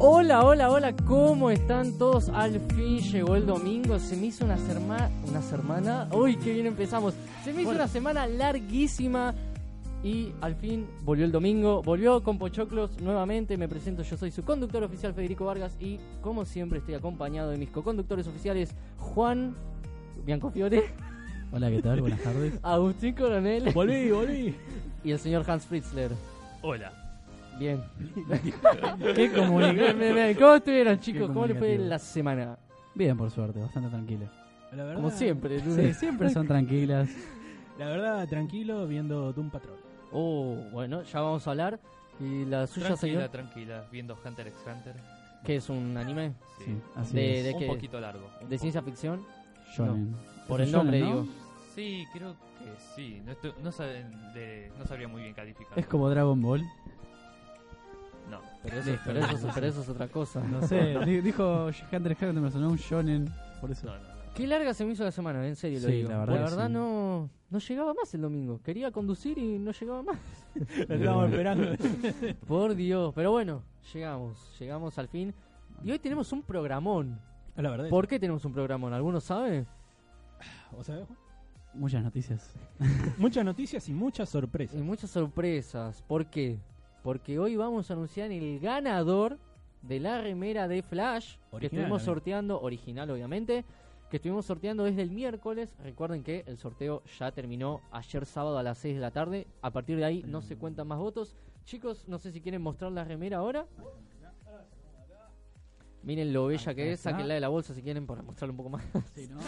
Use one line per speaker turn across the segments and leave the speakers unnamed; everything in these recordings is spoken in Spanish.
Hola, hola, hola, ¿cómo están todos? Al fin llegó el domingo, se me hizo una semana... ¿Una semana? ¡Uy, qué bien empezamos! Se me hizo
Bueno.
una semana larguísima y al fin volvió el domingo, volvió con Pochoclos nuevamente, me presento, yo soy su conductor oficial Federico Vargas y como siempre estoy acompañado de mis coconductores oficiales Juan Biancofiore,
Hola, ¿qué tal? Buenas tardes.
Agustín Coronel
Volví, volví.
y el señor Hans Fritzler.
Hola.
Bien.
Qué
Bien,
comunicación.
bien, bien. ¿Cómo estuvieron chicos? ¿Cómo les fue
comunicativo.
la semana?
Bien, por suerte, bastante tranquila.
La verdad,
Como siempre,
Sí, siempre son tranquilas.
La verdad, tranquilo viendo Doom Patrol.
Oh, bueno, ya vamos a hablar. ¿Y la suya,
Tranquila,
señor?
tranquila. Viendo Hunter x Hunter.
Que es un anime
Sí.
Sí, así
De-
es.
de-
un
qué?
poquito largo. un
de
poco.
ciencia ficción.
Shonen.
Por
Es
el
un
nombre,
shonen, ¿no?
digo.
Sí, creo que sí. No, estoy- no, saben de- no sabría muy bien calificar.
Es como Dragon Ball.
No.
Pero eso,
Listo,
pero eso-
listo.
pero eso es otra cosa.
No sé, di- dijo Hunter x Hunter, me sonó un shonen. Por eso.
No, no, no.
Qué larga se me hizo la semana, en serio lo
Sí,
digo.
la verdad que sí.
no, no llegaba más el domingo. Quería conducir y no llegaba más.
Lo estábamos esperando.
Por Dios. Pero bueno, llegamos. Llegamos al fin. Y hoy tenemos un programón.
La verdad.
¿Por qué tenemos un programón? ¿Alguno sabe?
o sea, Juan,
Muchas noticias.
muchas noticias y muchas
Y
sorpresas.
muchas sorpresas. ¿Por qué? Porque hoy vamos a anunciar el ganador de la remera de Flash que
Original,
estuvimos
amigo.
sorteando, original obviamente, que estuvimos sorteando desde el miércoles. Recuerden que el sorteo ya terminó ayer sábado a las 6 de la tarde. A partir de ahí no se cuentan más votos. Chicos, no sé si quieren mostrar la remera ahora. Miren lo bella que
Acá
es,
está.
sáquenla de la bolsa si quieren para mostrarla un poco más.
Sí, ¿no?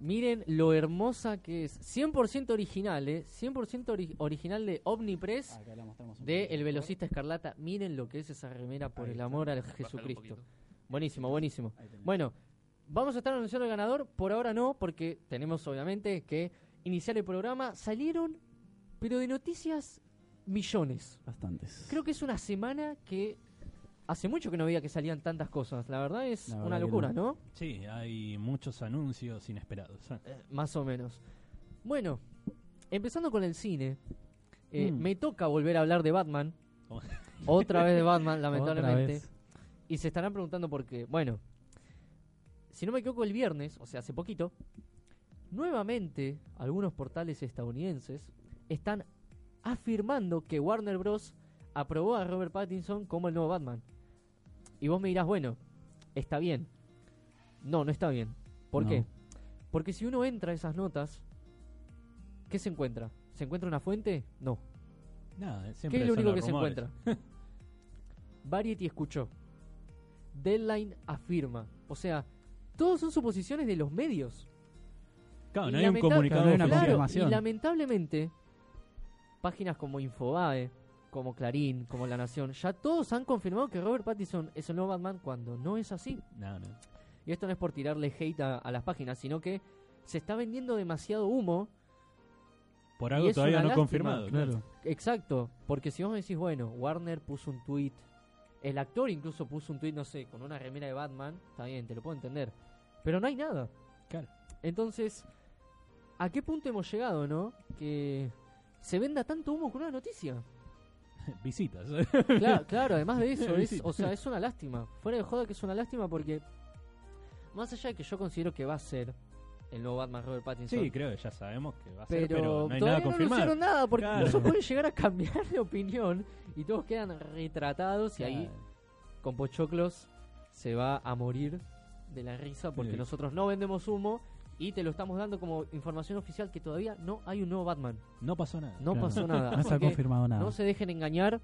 Miren lo hermosa que es. 100% original, ¿eh? 100% ori- original de Omnipress.
Acá la mostramos un
de
poquito.
El Velocista Escarlata. Miren lo que es esa remera por el amor a Jesucristo.
Bájalo un poquito.
Buenísimo, buenísimo.
Ahí tenés.
Bueno, vamos a estar anunciando el ganador. Por ahora no, porque tenemos obviamente que iniciar el programa. Salieron, pero de noticias, millones.
Bastantes.
Creo que es una semana que hace mucho que no veía que salían tantas cosas. La verdad es
La
una
verdad que
locura, ¿no?
Sí, hay muchos anuncios inesperados. Ah,
Eh, más o menos. Bueno, empezando con el cine. eh,
Mm.
Me toca volver a hablar de Batman.
Oh.
Otra vez de Batman,
Otra
lamentablemente.
vez.
Y se estarán preguntando por qué. Bueno, si no me equivoco, el viernes, o sea, hace poquito, nuevamente algunos portales estadounidenses están afirmando que Warner Bros. aprobó a Robert Pattinson como el nuevo Batman. Y vos me dirás, bueno, está bien. No, no está bien. ¿Por
No.
qué? Porque si uno entra a esas notas, ¿qué se encuentra? ¿Se encuentra una fuente? No.
Nada,
¿Qué
siempre
es lo
son
único
los
que se
rumores.
encuentra? Variety escuchó. Deadline afirma. O sea, todos son suposiciones de los medios.
Claro,
Y
no hay un
lamenta-
comunicado
no hay una
oficial.
Claro, y
confirmación.
lamentablemente, páginas como Infobae, como Clarín, como La Nación, ya todos han confirmado que Robert Pattinson es el nuevo Batman cuando no es así.
No, no.
Y esto no es por tirarle hate a, a las páginas, sino que se está vendiendo demasiado humo.
Por
Y
algo
es
todavía
una
no
lástima,
confirmado.
Claro.
Exacto, porque si vos me decís, bueno, Warner puso un tweet, el actor incluso puso un tweet, no sé, con una remera de Batman, está bien, te lo puedo entender. Pero no hay nada.
Claro.
Entonces, ¿a qué punto hemos llegado, no? Que se venda tanto humo con una noticia.
Visitas.
Claro, claro, además de eso, es,
Sí.
o sea, es una lástima. Fuera de joda que es una lástima porque, más allá de que yo considero que va a ser el nuevo Batman Robert Pattinson.
sí, creo que ya sabemos que va a
Pero,
ser, pero no hay
todavía
nada
no
confirmado.
anunciaron nada porque
Claro.
incluso pueden llegar a cambiar de opinión y todos quedan retratados y ahí con Pochoclos se va a morir de la risa porque
Sí.
nosotros no vendemos humo y te lo estamos dando como información oficial que todavía no hay un nuevo Batman.
No pasó nada.
No
Claro.
pasó nada.
No se
así
ha
que
confirmado nada.
no se dejen engañar.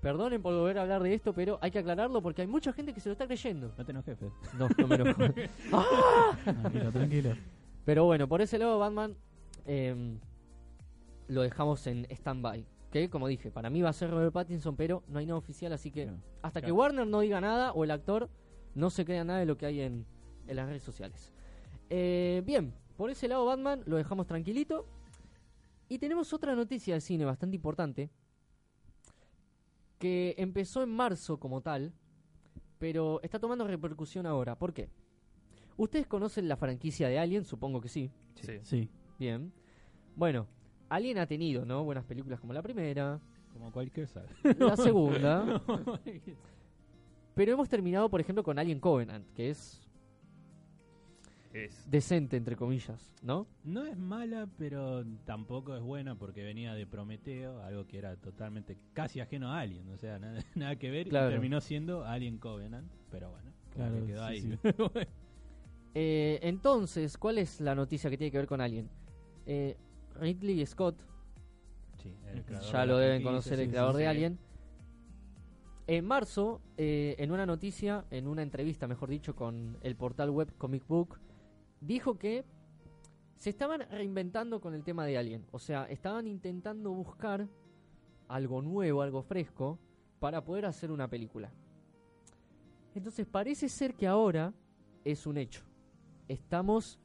Perdonen por volver a hablar de esto, pero hay que aclararlo porque hay mucha gente que se lo está creyendo.
No tenemos jefe.
No, no me enojo.
Tranquilo, tranquilo.
Pero bueno, por ese lado, Batman em, lo dejamos en stand-by. Que, como dije, para mí va a ser Robert Pattinson, pero no hay nada oficial, así que
Claro.
hasta que
Claro.
Warner no diga nada o el actor no se crea nada de lo que hay en, en las redes sociales. Eh, bien, por ese lado, Batman lo dejamos tranquilito. Y tenemos otra noticia de cine bastante importante que empezó en marzo como tal, pero está tomando repercusión ahora. ¿Por qué? Ustedes conocen la franquicia de Alien, supongo que sí.
Sí.
Sí.
Bien. Bueno, Alien ha tenido, ¿no? Buenas películas como la primera,
Como cualquier saga.
la segunda. Pero hemos terminado, por ejemplo, con Alien Covenant, que es
Es.
decente, entre comillas, ¿no?
No es mala, pero tampoco es buena porque venía de Prometeo, algo que era totalmente casi ajeno a Alien, o sea, nada, nada que ver.
Claro.
Y terminó siendo Alien Covenant, pero bueno,
Claro,
que quedó
sí,
ahí.
sí.
Eh, entonces, ¿cuál es la noticia que tiene que ver con Alien? Eh, Ridley Scott,
Sí, el creador
ya
de
lo
la
deben
franquicia,
conocer,
sí,
el
sí,
creador de
sí.
Alien. En marzo, eh, en una noticia, en una entrevista, mejor dicho, con el portal web Comic Book, dijo que se estaban reinventando con el tema de Alien. O sea, estaban intentando buscar algo nuevo, algo fresco, para poder hacer una película. Entonces parece ser que ahora es un hecho. Estamos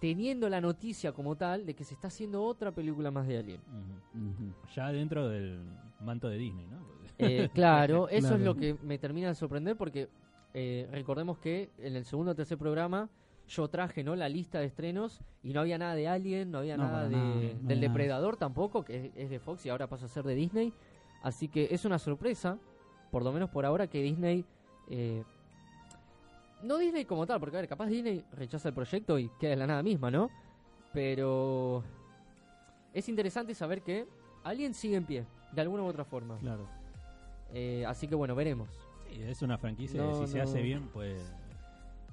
teniendo la noticia como tal de que se está haciendo otra película más de Alien.
Ujú.
Ujú.
Ya dentro del manto de Disney, ¿no?
Eh, claro, eso es
Claro.
lo que me termina de sorprender porque eh, recordemos que en el segundo o tercer programa yo traje no la lista de estrenos y no había nada de Alien, no había
No,
nada
para
de-
nada, no
del
había nada.
Depredador tampoco, que es- es de Fox y ahora pasa a ser de Disney. Así que es una sorpresa, por lo menos por ahora, que Disney... eh, no Disney como tal, porque a ver, capaz Disney rechaza el proyecto y queda en la nada misma, ¿no? Pero es interesante saber que Alien sigue en pie, de alguna u otra forma.
Claro.
Eh, así que bueno, veremos.
Sí, es una franquicia
No,
que si se
no.
hace bien, pues.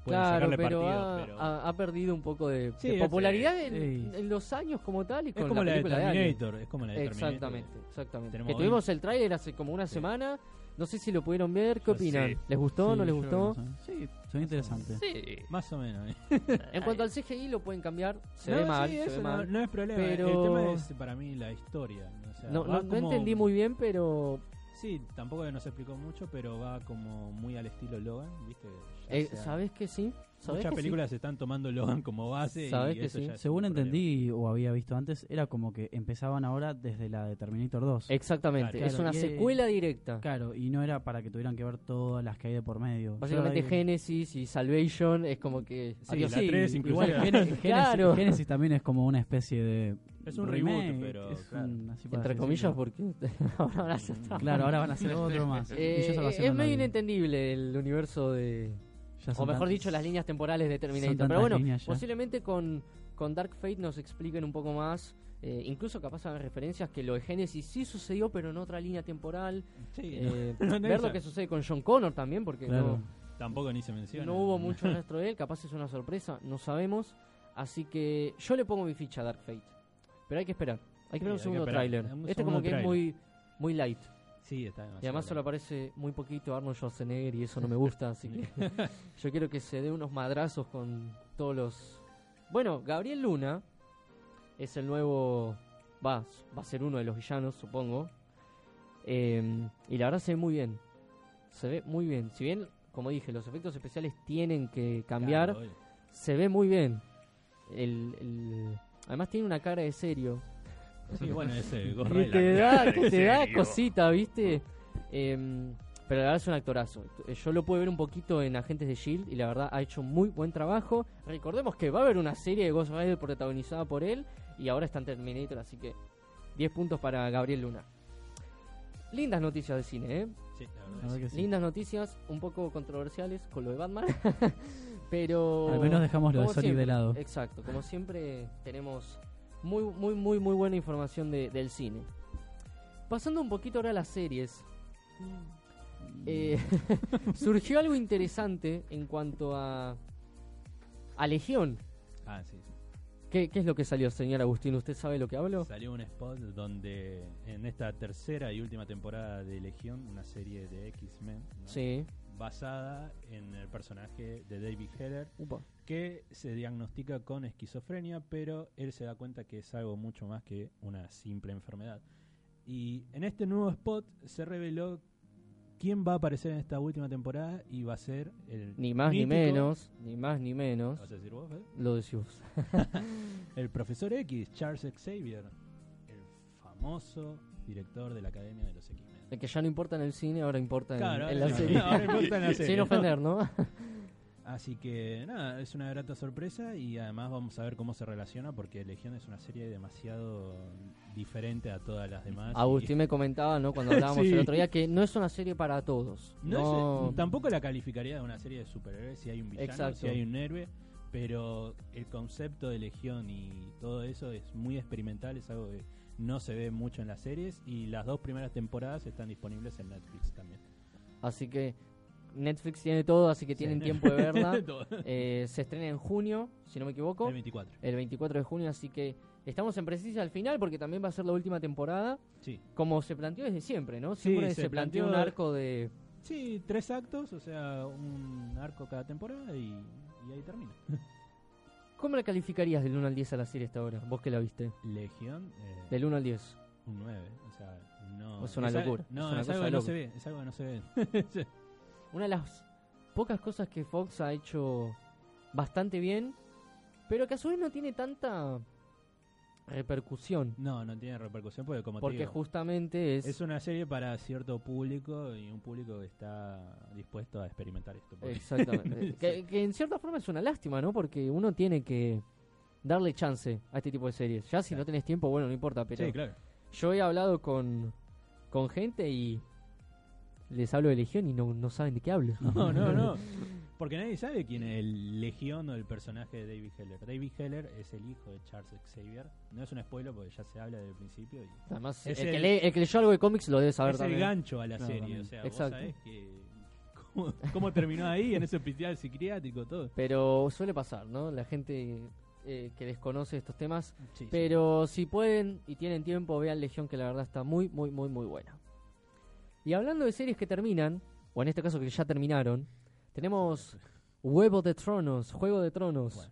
Pueden
Claro,
sacarle
pero,
partido,
ha,
pero.
ha- ha perdido un poco de,
Sí,
de
es- eh,
popularidad
sí.
en, en los años como tal y
es
con
como
la
la, de
película de Alien.
Terminator, es como la de Terminator.
Exactamente, exactamente.
Tenemos
que
hoy-
tuvimos el tráiler hace como una
Sí. Ah,
semana. No sé si lo pudieron ver. ¿Qué
Yo
opinan?
sí.
¿Les gustó?
Sí,
¿No les
yo
gustó?
creo que Sí, son interesantes.
Sí.
Más o menos. ¿eh?
En cuanto al CGI lo pueden cambiar. Se
No,
ve mal,
sí,
se
eso
ve
no,
mal.
no es problema.
pero-
El tema es para mí la historia. o sea,
No,
va
no- no
como-
entendí muy bien, pero
Sí, tampoco que nos explicó mucho, pero va como muy al estilo Logan, ¿viste? Ya
eh,
sea,
¿sabes que sí? ¿Sabes
Muchas
que sí?
películas se están tomando Logan como base.
Sabés
y
que
eso
sí.
ya es
Según
un problema.
entendí o había visto antes, era como que empezaban ahora desde la de Terminator 2.
Exactamente,
Claro,
es una
y, eh,
secuela directa.
Claro, y no era para que tuvieran que ver todas las que hay de por medio.
Básicamente
Yo ahí-
Genesis y Salvation es como
Ah,
que...
Sí, la
sí.
tres inclusive.
Igual Gen- Genesis,
Claro.
Genesis también es como una especie de.
Es un
remake,
reboot, pero.
es
claro.
un- así para
Entre
decirlo.
comillas, porque ahora van a hacer todo.
Claro, ahora van a hacer otro más.
Eh,
Y yo ya lo
eh,
hacía
es
con la
medio
vida.
inentendible el universo de.
Ya
O
son
mejor
tantas-
dicho, las líneas temporales de
son
Terminator.
tantas
Pero bueno,
líneas ya.
posiblemente con, con Dark Fate nos expliquen un poco más. eh, incluso capaz hagan referencias que lo de Genesis sí sucedió, pero en otra línea temporal.
Sí,
Eh,
no, no
ver lo
sabe.
que sucede con John Connor también, porque
Claro.
Tampoco ni se menciona.
no, no hubo mucho rastro de él. Capaz es una sorpresa, no sabemos. Así que yo le pongo mi ficha a Dark Fate. Pero hay que esperar. Hay que ver
Sí, hay
un
que
segundo
esperar.
tráiler.
Un
Este
segundo
como que es
tráiler.
muy, muy light.
Sí, está demasiado
Y además solo
largo.
aparece muy poquito Arnold Schwarzenegger y eso no me gusta, así que yo quiero que se dé unos madrazos con todos los... Bueno, Gabriel Luna es el nuevo... Va, va a ser uno de los villanos, supongo. Eh, y la verdad se ve muy bien. Se ve muy bien. Si bien, como dije, los efectos especiales tienen que cambiar,
Claro, obvio.
se ve muy bien. El, el- Además tiene una cara de serio.
Sí, bueno, ese Ghost
Que te
Rider.
da, que
¿En
te da
serio?
cosita, ¿viste? Em, pero la verdad es un actorazo. Eh, Yo lo pude ver un poquito en Agentes de Shield E y la verdad ha hecho muy buen trabajo. Recordemos que va a haber una serie de Ghost Rider protagonizada por él y ahora está en Terminator, así que 10 puntos para Gabriel Luna. Lindas noticias de cine, ¿eh?
Sí, la
La
verdad
verdad
que
que sí.
Lindas noticias, un poco controversiales con lo de Batman, pero...
Al menos dejamos lo de
como
Sony
siempre,
de lado.
Exacto, como siempre tenemos muy, muy, muy, muy buena información de- del cine. Pasando un poquito ahora a las series,
Mm.
eh, surgió algo interesante en cuanto a, a Legión.
sí. Ah, sí. sí.
¿Qué, qué es lo que salió, señor Agustín? ¿Usted sabe lo que hablo?
Salió un spot donde en esta tercera y última temporada de Legión, una serie de X-Men, ¿no?
Sí.
basada en el personaje de David Heller,
Upa.
que se diagnostica con esquizofrenia, pero él se da cuenta que es algo mucho más que una simple enfermedad. Y en este nuevo spot se reveló quién va a aparecer en esta última temporada y va a ser el
Ni más ni
mítico-
menos, ni más ni menos.
¿Vas a decir vos, Fede?
Lo de Zeus.
El profesor X, Charles Xavier, el famoso director de la Academia de los X-Men.
El que ya no importa en el cine, ahora importa en, en la
ahora-
serie.
ahora importa en la serie,
Sin
¿no?
ofender, ¿no?
Así que nada, es una grata sorpresa y además vamos a ver cómo se relaciona porque Legión es una serie demasiado diferente a todas las demás. y-
Agustín me comentaba, ¿no? Cuando hablábamos
Sí.
el otro día, que no es una serie para todos.
No
No,
es- eh, tampoco la calificaría de una serie de superhéroes si hay un villano,
Exacto.
si hay un héroe, pero el concepto de Legión y todo eso es muy experimental, es algo que no se ve mucho en las series y las dos primeras temporadas están disponibles en Netflix también.
Así que Netflix tiene todo, así que tienen tiempo de verla.
Todo.
Eh, se estrena en junio, si no me equivoco.
El 24.
El 24 de junio, así que estamos en precisa al final porque también va a ser la última temporada.
Sí.
Como se planteó desde siempre, ¿no?
Sí,
Siempre
se
se, planteó un
planteó-
arco de...
Sí, tres actos, o sea, un arco cada temporada y, y ahí termina.
¿Cómo la calificarías del 1 al 10 a la serie hasta ahora? Vos que la viste.
Legión, eh,
Del 1 al 10.
un 9, o sea, no...
Es una
al-
locura,
No,
es una
es algo
cosa
que no
loca.
se ve, es algo que no se ve.
Una de las pocas cosas que Fox ha hecho bastante bien, pero que a su vez no tiene tanta repercusión.
No, no tiene repercusión porque como te
Porque
digo,
justamente es...
Es una serie para cierto público y un público que está dispuesto a experimentar esto.
Eh,
porque-
Exactamente. que, que en cierta forma es una lástima, ¿no? Porque uno tiene que darle chance a este tipo de series. Ya si
Claro.
no tenés tiempo, bueno, no importa, pero
sí, claro.
yo he hablado con, con gente y les hablo de Legión y no, no saben de qué hablo.
No, no, no. Porque nadie sabe quién es el Legión o el personaje de David Heller. David Heller es el hijo de Charles Xavier. No es un spoiler porque ya se habla desde el principio. y-
Además, el,
Es
que
el-
lee, el que leyó algo de cómics lo debe saber
es
también.
el gancho a la
Claro,
serie.
también.
O sea,
Exacto.
vos sabés que. Cómo, cómo terminó ahí en ese hospital psiquiátrico, todo.
Pero suele pasar, ¿no? La gente eh, que desconoce estos temas.
Sí, sí.
Pero si pueden y tienen tiempo, vean Legión, que la verdad está muy, muy, muy, muy buena. Y hablando de series que terminan, o en este caso que ya terminaron, tenemos Huevo de Tronos, Juego de Tronos.
Bueno,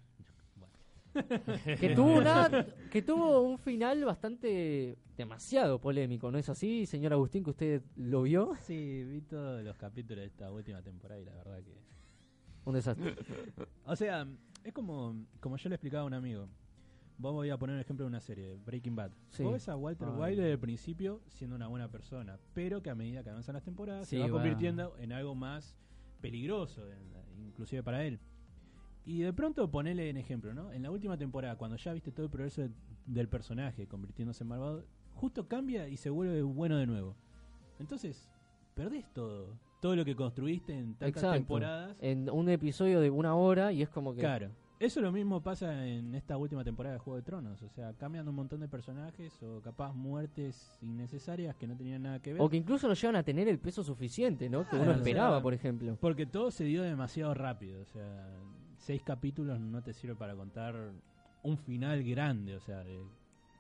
Que tuvo, una- que tuvo un final bastante demasiado polémico, ¿no es así, señor Agustín, que usted lo vio?
Sí, vi todos los capítulos de esta última temporada y la verdad que.
Un desastre.
O sea, es como, como yo le explicaba a un amigo. Vos voy a poner un ejemplo de una serie, Breaking Bad.
Sí.
Vos ves a Walter
Ay.
White desde el principio siendo una buena persona, pero que a medida que avanzan las temporadas
Sí,
se va
va.
convirtiendo en algo más peligroso, en- inclusive para él. Y de pronto ponele en ejemplo, ¿no? En la última temporada, cuando ya viste todo el progreso de- del personaje convirtiéndose en malvado, justo cambia y se vuelve bueno de nuevo. Entonces, perdés todo. Todo lo que construiste en tantas
Exacto.
temporadas.
En un episodio de una hora y es como que...
Claro. Eso lo mismo pasa en esta última temporada de Juego de Tronos. O sea, cambian un montón de personajes o capaz muertes innecesarias que no tenían nada que ver.
O que incluso no llegan a tener el peso suficiente, ¿no? Que
Claro,
uno
o sea,
esperaba, por ejemplo.
Porque todo se dio demasiado rápido. O sea, seis capítulos no te sirve para contar un final grande, o sea, de-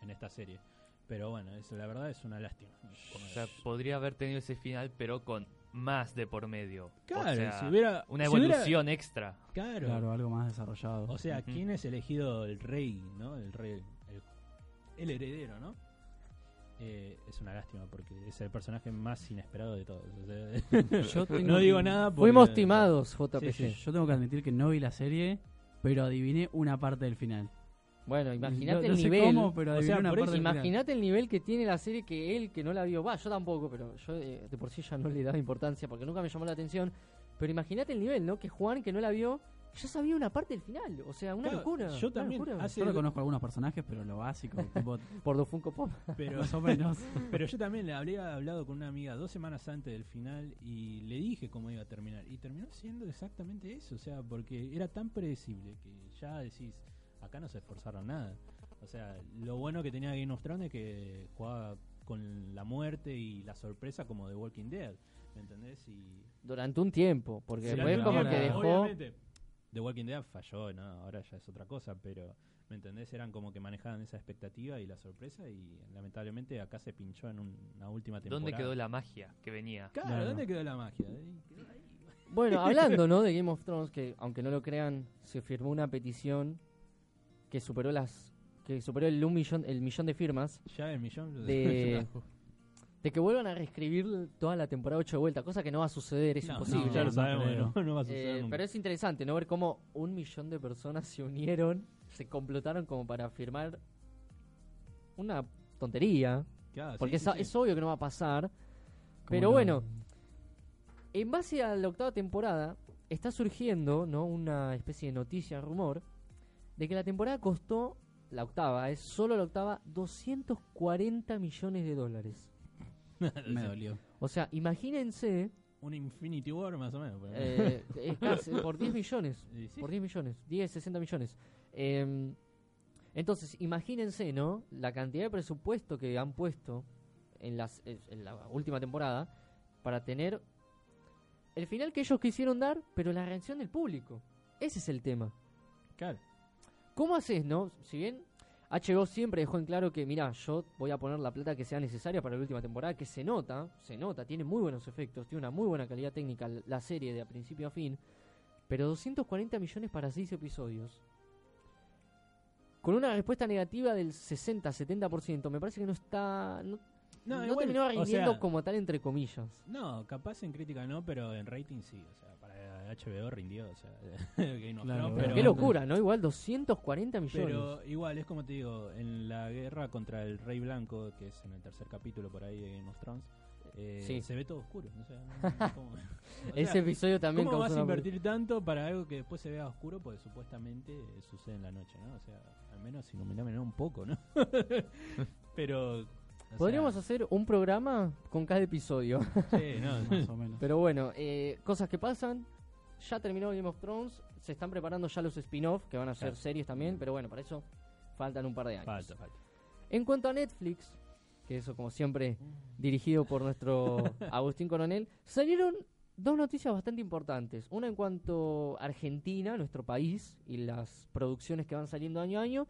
en esta serie. Pero bueno, eso la verdad es una lástima.
O sea, podría haber tenido ese final, pero con más de por medio. O
claro,
sea,
si hubiera
una
si hubiera-
evolución extra.
claro.
Claro, algo más desarrollado.
O sea,
Ujú.
¿quién es elegido el rey, no? El rey, el, el heredero, ¿no? Eh, es una lástima porque es el personaje más inesperado de todos. o sea, no digo nada porque...
Fuimos timados, JPG.
Sí, sí,
Yo tengo que admitir que no vi la serie, pero adiviné una parte del final.
Bueno, imagínate
No- no
el
sé
nivel.
cómo, pero
O
adiviné
sea,
una
por eso
parte del final.
Imagínate el nivel que tiene la serie que él que no la vio. Va, yo tampoco, pero yo eh, de por sí ya no le daba importancia porque nunca me llamó la atención. Pero imagínate el nivel, ¿no? Que Juan que no la vio ya sabía una parte del final. O sea, una
Claro,
locura.
Yo
una
también.
locura.
hace-
Yo reconozco algunos personajes, pero lo básico, tipo,
Por los Funko Pop.
pero,
más o menos.
pero yo también le había hablado con una amiga dos semanas antes del final y le dije cómo iba a terminar. Y terminó siendo exactamente eso. O sea, porque era tan predecible que ya decís, acá no se esforzaron nada. O sea, lo bueno que tenía Game of Thrones es que jugaba con la muerte y la sorpresa como de Walking Dead. ¿Me entendés? Y
Durante un tiempo. Porque
Sí,
después
no,
como
no,
que
no,
dejó...
obviamente. The Walking Dead falló, ¿no? ahora ya es otra cosa, pero ¿me entendés? Eran como que manejaban esa expectativa y la sorpresa y lamentablemente acá se pinchó en un- una última temporada.
¿Dónde quedó la magia que venía?
Claro,
Claro.
¿dónde quedó la magia? Eh, quedó ahí.
Bueno, hablando, ¿no? De Game of Thrones, que aunque no lo crean, se firmó una petición que superó las... Que superó el, un millón, el millón de firmas
Ya el millón
De- de que vuelvan a reescribir toda la temporada 8 de vuelta, cosa que no va a suceder, es
No,
imposible.
ya lo sabemos,
creo.
no, no va a
Eh,
suceder nunca.
pero es interesante, ¿no? Ver cómo un millón de personas se unieron, se complotaron como para firmar una tontería.
Claro, sí,
Porque
Ah, sí,
es,
sí.
es obvio que no va a pasar.
Como
Pero
lo-
bueno, en base a la octava temporada, está surgiendo ¿no? una especie de noticia, rumor, de que la temporada costó, la octava, es solo la octava, 240 millones de dólares.
Me dolió.
O sea, imagínense,
Un Infinity War más o menos. pero-
eh, es casi por 10 millones,
Y sí.
por 10 millones, 10, 60 millones. Em, entonces, imagínense, ¿no? La cantidad de presupuesto que han puesto en, las, en en la última temporada para tener el final que ellos quisieron dar, pero la reacción del público. Ese es el tema.
Claro.
¿Cómo haces, no? Si bien HBO siempre dejó en claro que, mira, yo voy a poner la plata que sea necesaria para la última temporada, que se nota, se nota, tiene muy buenos efectos, tiene una muy buena calidad técnica l- la serie de a principio a fin, pero 240 millones para 6 episodios. Con una respuesta negativa del 60-70%, me parece que no está. No, no
igual,
terminó
o
rindiendo
sea,
como tal, entre comillas.
No, capaz en crítica no, pero en rating sí. O sea, para HBO rindió. O sea, Game of
Claro,
Pero
Thrones, pero,
qué locura, ¿no? Igual 240 millones.
Pero igual, es como te digo, en la guerra contra el Rey Blanco, que es en el tercer capítulo por ahí de Game of Thrones, eh,
Sí.
se ve todo oscuro. O sea, no- no- cómo- o
Ese
sea,
episodio también
¿Cómo vas
causó
a
una-
invertir tanto para algo que después se vea oscuro? Porque supuestamente eh, sucede en la noche, ¿no? O sea, al menos iluminame un poco, ¿no? Pero... o sea,
Podríamos hacer un programa con cada episodio.
sí, no,
Más o menos.
Pero bueno, eh, cosas que pasan. Ya terminó Game of Thrones. Se están preparando ya los spin-off, que van a ser
Claro.
series también. Pero bueno, para eso faltan un par de años.
falta, falta.
En cuanto a Netflix, que eso como siempre dirigido por nuestro Agustín Coronel, salieron dos noticias bastante importantes. Una en cuanto a Argentina, nuestro país, y las producciones que van saliendo año a año.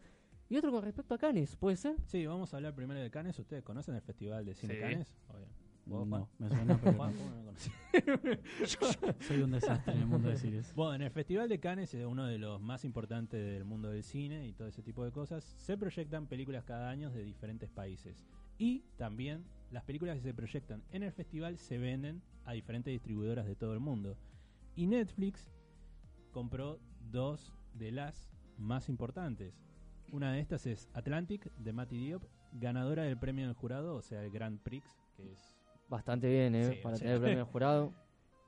Y otro con respecto a Cannes, ¿puede ser?
Sí, vamos a hablar primero de Cannes. ¿Ustedes conocen el Festival de Cine
Sí.
Cannes? Obvio. ¿Vos, Juan?
No, me suena, pero
Juan,
no.
¿cómo no lo conocés?
soy un desastre en el mundo de series.
Bueno, en el Festival de Cannes es uno de los más importantes del mundo del cine y todo ese tipo de cosas. Se proyectan películas cada año de diferentes países. Y también las películas que se proyectan en el festival se venden a diferentes distribuidoras de todo el mundo. Y Netflix compró dos de las más importantes. Una de estas es Atlantic de Matty Diop, ganadora del premio del jurado, o sea, el Grand Prix, que es
Bastante bien, ¿eh?
Sí,
para
sí.
tener el premio del jurado.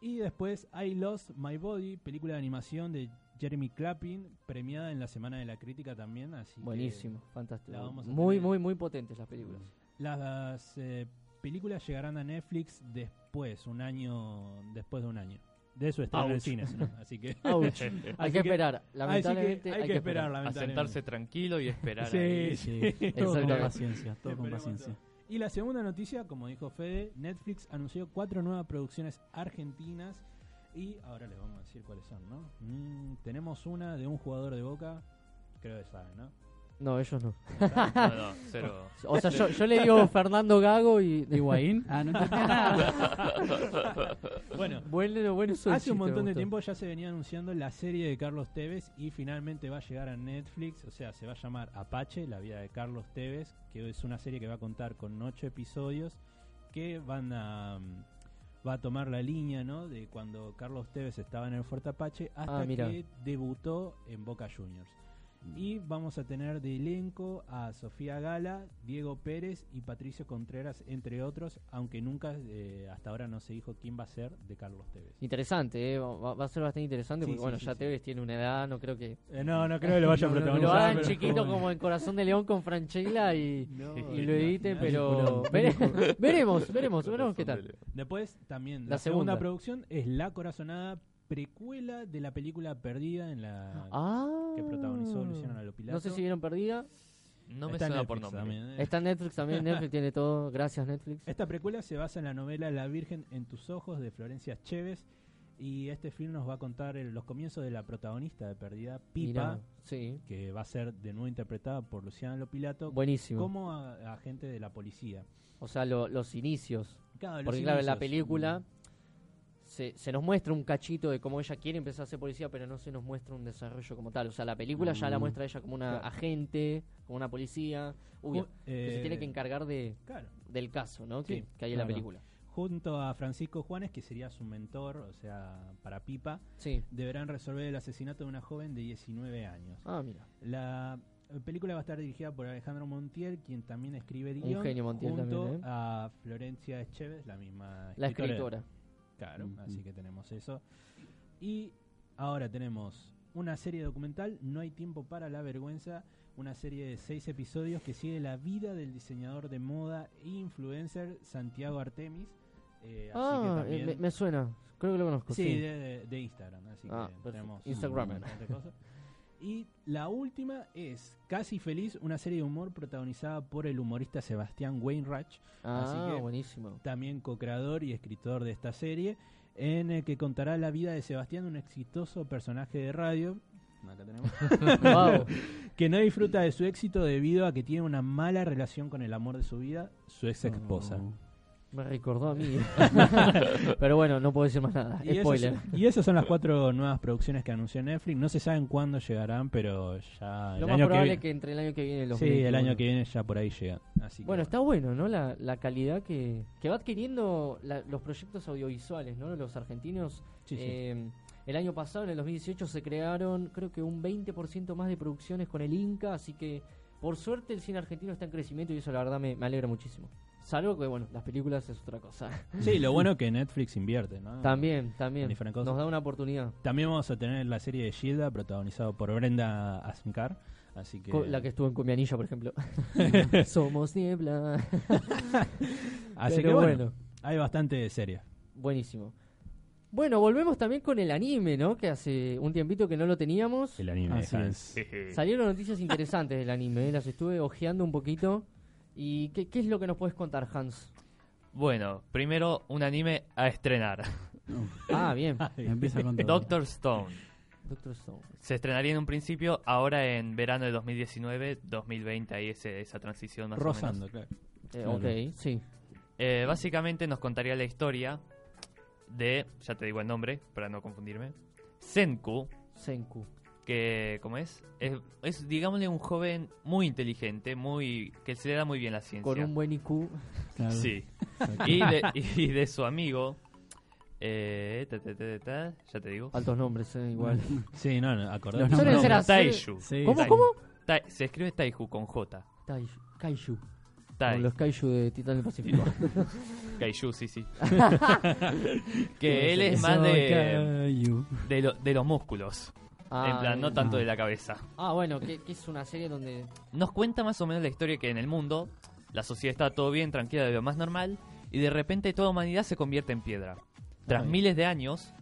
y después I Lost My Body, película de animación de Jeremy Clappin, premiada en la Semana de la Crítica también. Así que
Buenísimo, fantástico.
Eh, la vamos a
Muy,
tener.
muy, muy potentes las películas.
las eh, películas llegarán a Netflix después, un año después de un año. De su estreno en
Ouch.
cines, ¿no? Así que
Ouch. hay que
Así que-
esperar,
así que
lamentablemente
hay, que esperar,
A
lamentablemente.
sentarse tranquilo y esperar.
Sí,
ahí.
sí.
Todo con
Exactamente.
paciencia, todo con
Esperemos
paciencia.
Y la segunda noticia, como dijo Fede, Netflix anunció cuatro nuevas producciones argentinas. Y ahora les vamos a decir cuáles son, ¿no? Mm, tenemos una de un jugador de boca, creo que saben, ¿no?
No, ellos no.
No, no, cero.
O sea, yo, yo le digo Fernando Gago y
¿Higuaín? Ah, no entendí nada.
Bueno,
Bueno, bueno, eso es
Hace un
chiste,
montón
me
de
gustó.
tiempo ya se venía anunciando la serie de Carlos Tevez y finalmente va a llegar a Netflix, o sea, se va a llamar Apache, la vida de Carlos Tevez, que es una serie que va a contar con ocho episodios que van a mm, va a tomar la línea, ¿no? De cuando Carlos Tevez estaba en el Fuerte Apache hasta
Ah, mira.
que debutó en Boca Juniors.
Mm.
Y vamos a tener de elenco a Sofía Gala, Diego Pérez y Patricio Contreras, entre otros, aunque nunca eh, hasta ahora no se dijo quién va a ser de Carlos Tevez.
Interesante, eh, va, va a ser bastante interesante
Sí,
porque,
sí,
bueno,
sí,
ya
sí.
Tevez tiene una edad, no creo que.
Eh, no, no creo que lo vaya a
No, no,
Lo
Bueno,
protagonizar.
hagan
pero-
chiquito
bueno.
como en Corazón de León con Franchella y,
No,
y lo edite,
no,
pero.
no.
vere- veremos, veremos, veremos qué tal.
Después también
La
la, segunda.
segunda.
producción es La Corazonada, precuela de la película Perdida en la
Ah.
que protagonizó Luciano Lopilato.
No sé si vieron perdida.
No me
Está en
suena por
Netflix
nombre.
también, eh.
Está en Netflix también. Netflix tiene todo. Gracias, Netflix.
Esta precuela se basa en la novela La Virgen en tus ojos de Florencia Chévez y este film nos va a contar el- los comienzos de la protagonista de Perdida, Pipa,
Mirá, sí.
que va a ser de nuevo interpretada por Luciana Lopilato
Buenísimo.
como a- agente de la policía.
O sea, lo- los inicios.
Claro, los
Porque claro, en la
inicios. mm.
película se, se nos muestra un cachito de cómo ella quiere empezar a ser policía, pero no se nos muestra un desarrollo como tal. O sea, la película ya la
Mm.
muestra ella como una
Claro.
agente, como una policía, uy,
Ju-
que se
eh,
tiene que encargar de,
Claro.
del caso, ¿no?
Sí,
que, que hay en la
claro.
película.
Junto a Francisco Juanes, que sería su mentor, o sea, para Pipa,
Sí.
deberán resolver el asesinato de una joven de 19 años.
Ah, mira.
La película va a estar dirigida por Alejandro Montiel, quien también escribe el
Un
guión,
genio Montiel
junto
también, ¿eh?
a Florencia Chévez, la misma
La escritora.
Claro,
Ujú.
así que tenemos eso. Y Ahora tenemos una serie documental, No hay tiempo para la vergüenza, una serie de seis episodios que sigue la vida del diseñador de moda e influencer Santiago Artemis. Eh, así que
Ah, eh,
también-
me, me suena. Creo que lo conozco.
Sí,
Sí,
De, de Instagram, así
Ah,
que
perfecto.
tenemos
Instagram.
un montón de cosas. Y la última es Casi Feliz, una serie de humor protagonizada por el humorista Sebastián Wainwright,
ah,
así que-
buenísimo.
también co-creador y escritor de esta serie, en el que contará la vida de Sebastián, un exitoso personaje de radio. Acá tenemos.
Wow.
que no disfruta de su éxito debido a que tiene una mala relación con el amor de su vida, su ex esposa.
Oh.
Me recordó a mí. Pero bueno, no puedo decir más nada.
Y, esas,
Spoiler.
y esas son las cuatro nuevas producciones que anunció Netflix. No se saben cuándo llegarán, pero ya.
Lo
el
más
año
probable
que
es
vi-
que entre el año que viene los
Sí, el
21.
año que viene ya por ahí llega. Así que
Bueno, está bueno, ¿no? La, la calidad que, que va adquiriendo la- los proyectos audiovisuales, ¿no? Los argentinos.
Sí, sí.
eh, el año pasado, en el 2018, se crearon creo que un 20% más de producciones con el Inca, así que por suerte el cine argentino está en crecimiento y eso la verdad me, me alegra muchísimo. Salvo que, bueno, las películas es otra cosa.
Sí, lo bueno que Netflix invierte, ¿no?
también, también.
Diferentes cosas.
Nos da una oportunidad.
También vamos a tener la serie de Gilda, protagonizado por Brenda Asmcar. Así que,
Co- La que estuvo en Comianilla, por ejemplo. Somos niebla.
así
Pero
que bueno, hay bastante serie.
Buenísimo. Bueno, volvemos también con el anime, ¿no? Que hace un tiempito que no lo teníamos.
El anime.
Así
Hans.
es.
Salieron noticias interesantes del anime, ¿eh? las estuve hojeando un poquito. ¿Y qué, qué es lo que nos puedes contar, Hans?
Bueno, primero un anime a estrenar.
Ah, bien.
Empieza con todo.
Doctor Stone.
Doctor Stone.
Se estrenaría en un principio, ahora en verano de 2019, 2020, ahí ese- esa transición más o menos.
Rozando, claro.
Eh,
Claro.
Ok, sí.
Eh, básicamente nos contaría la historia de, ya te digo el nombre, para no confundirme, Senku,
Senku.
que, ¿cómo es? Es, es, digámosle, un joven muy inteligente, muy que se le da muy bien la ciencia.
Con un buen IQ.
Claro.
Sí. y, de, y de su amigo, eh, ta, ta, ta, ta, ta, ya te digo.
Altos nombres, eh, igual.
Sí, no, no, acordate.
Los
No,
Suelen
nombres.
ser así.
Taiju.
Sí.
¿Cómo,
Tai-
cómo?
Tai- se escribe Taiju con J.
Taiju. Kaiju.
Tai.
Como los Kaiju de Titán del Pacífico.
Kaiju, sí, sí.
Puede
que él
ser.
es más de,
Socayu.
de, lo- de los músculos. en plan, no
bien.
tanto
Ah.
de la cabeza.
Ah, bueno, que, que es una serie donde.
Nos cuenta más o menos la historia que en el mundo la sociedad está todo bien, tranquila, de lo más normal, y de repente toda humanidad se convierte en piedra. Tras
Ay.
miles de años,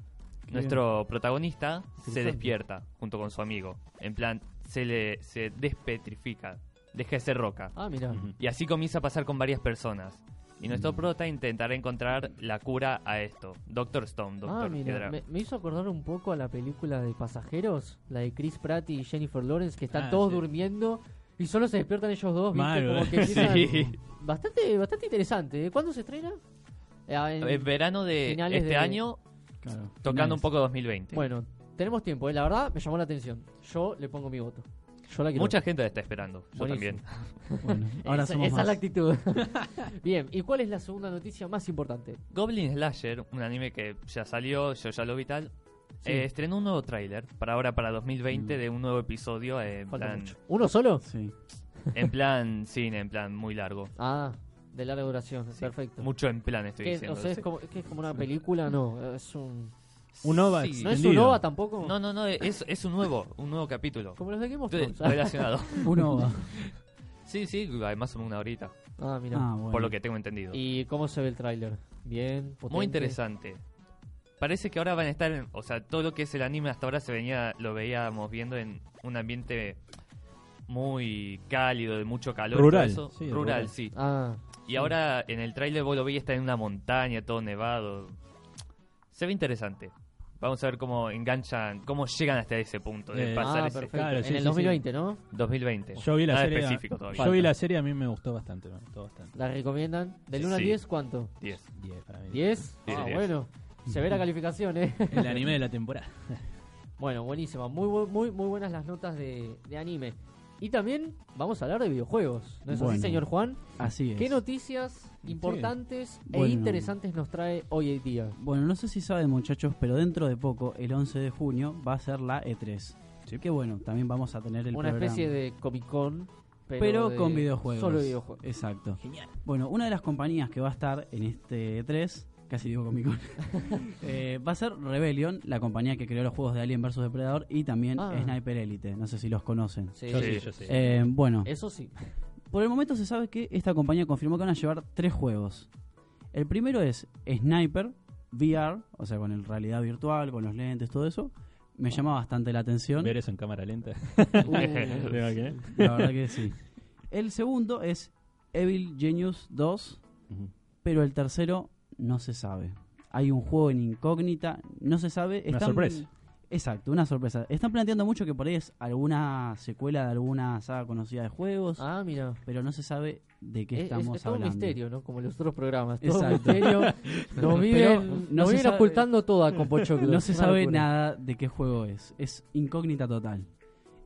Qué
nuestro protagonista se
Interesante.
despierta junto con su amigo. En plan, se le se despetrifica, deja de ser roca.
Ah, mira.
Y así comienza a pasar con varias personas. Y nuestro
Mm.
prota intentará encontrar la cura a esto. Doctor Stone, Doctor
Ah, mira.
Piedra.
Me, me hizo acordar un poco a la película de Pasajeros, la de Chris Pratt y Jennifer Lawrence, que están
Ah,
todos
sí.
durmiendo y solo se despiertan ellos dos, ¿viste?
Mal,
Como que
Sí.
empiezan- Bastante, bastante interesante. ¿eh? ¿Cuándo se estrena? Eh, ah, en-
En verano de
Finales
este
de-
año,
Claro.
tocando un
Finales.
poco 2020.
Bueno, tenemos tiempo, ¿eh? la verdad me llamó la atención. Yo le pongo mi voto. Yo la quiero.
Mucha gente la está esperando. Yo
Buenísimo.
también.
Bueno, ahora
esa,
somos
esa es
más.
la actitud. Bien, ¿y cuál es la segunda noticia más importante?
Goblin Slasher, un anime que ya salió, yo ya lo vi tal,
Sí.
eh, estrenó un nuevo tráiler para ahora, para 2020,
Mm.
de un nuevo episodio eh, en
Falta
plan,
mucho. ¿Uno solo?
Sí.
en plan cine, en plan muy largo.
Ah, de larga duración,
Sí,
perfecto.
Mucho en plan estoy
¿Qué,
diciendo.
o sea, es
sí.
como, que es como una película, no, es un...
Un OVA
Sí.
¿No es un
Entendido.
OVA tampoco?
No, no, no, es, es un nuevo, un nuevo capítulo.
Como los de Game of
Estoy
Thrones.
Relacionado.
Uno va.
Sí, sí, además una horita,
Ah, mira.
Ah, bueno.
por lo que tengo entendido.
¿Y cómo se ve el tráiler? Bien, potente.
Muy interesante. Parece que ahora van a estar, en- o sea, todo lo que es el anime hasta ahora se venía, lo veíamos viendo en un ambiente muy cálido, de mucho calor, y todo
Rural,
eso.
sí,
rural,
rural.
sí.
Ah,
Y ahora en el tráiler vos lo veías está en una montaña, todo nevado. Se ve interesante. Vamos a ver cómo enganchan, cómo llegan hasta ese punto de
Eh,
pasar
ah,
ese
perfecto.
Claro, sí,
en el
sí,
2020, ¿no?
2020.
Yo vi la
Nada
serie. ah,
específico todavía.
Yo vi la serie, a mí me gustó bastante. Me gustó bastante.
¿La recomiendan? ¿Del 1 al
Sí.
10 cuánto?
10.
10 para mí.
¿10?
Sí,
ah,
10.
bueno. Se ve la calificación, ¿eh?
El anime de la temporada.
bueno, buenísima. Muy, bu- muy, muy buenas las notas de, de anime. Y también vamos a hablar de videojuegos. ¿No es así,
Bueno.
señor Juan?
Así es.
¿Qué noticias importantes e
Bueno.
interesantes nos trae hoy en día?
Bueno, no sé si saben muchachos, pero dentro de poco, el 11 de junio, va a ser la E3. Que bueno, también vamos a tener el
Una especie
programa.
de Comic Con, pero,
Pero
de-
con videojuegos.
Solo videojuegos.
Exacto.
Genial.
Bueno, una de las compañías que va a estar en este E3, casi digo Comic Con. Eh, va a ser Rebellion, la compañía que creó los juegos de Alien vs Depredador y también
Ah.
Sniper Elite. No sé si los conocen.
Sí,
Yo
sí,
sí, yo sí.
Eh, bueno,
Eso sí.
por el momento se sabe que esta compañía confirmó que van a llevar tres juegos. El primero es Sniper VR, o sea, con el realidad virtual, con los lentes, todo eso. Me llama bastante la atención.
Ver eso en cámara lenta.
Uh,
¿Te imaginas?
La verdad que sí. El segundo es Evil Genius 2,
Ujú.
pero el tercero no se sabe. Hay un juego en incógnita, no se sabe.
Una sorpresa.
Exacto, una sorpresa. Están planteando mucho que por ahí es alguna secuela de alguna saga conocida de juegos,
ah, mira. Eh,
pero no se sabe de qué
Es- es-
estamos
es todo un
hablando.
misterio, ¿no? Como los otros programas. Todo un
Exacto.
misterio. Nos viven,
no
nos
se
viven
sabe-
ocultando toda con Pochoclo.
No se
Una
sabe
locura.
nada de qué juego es. Es incógnita total.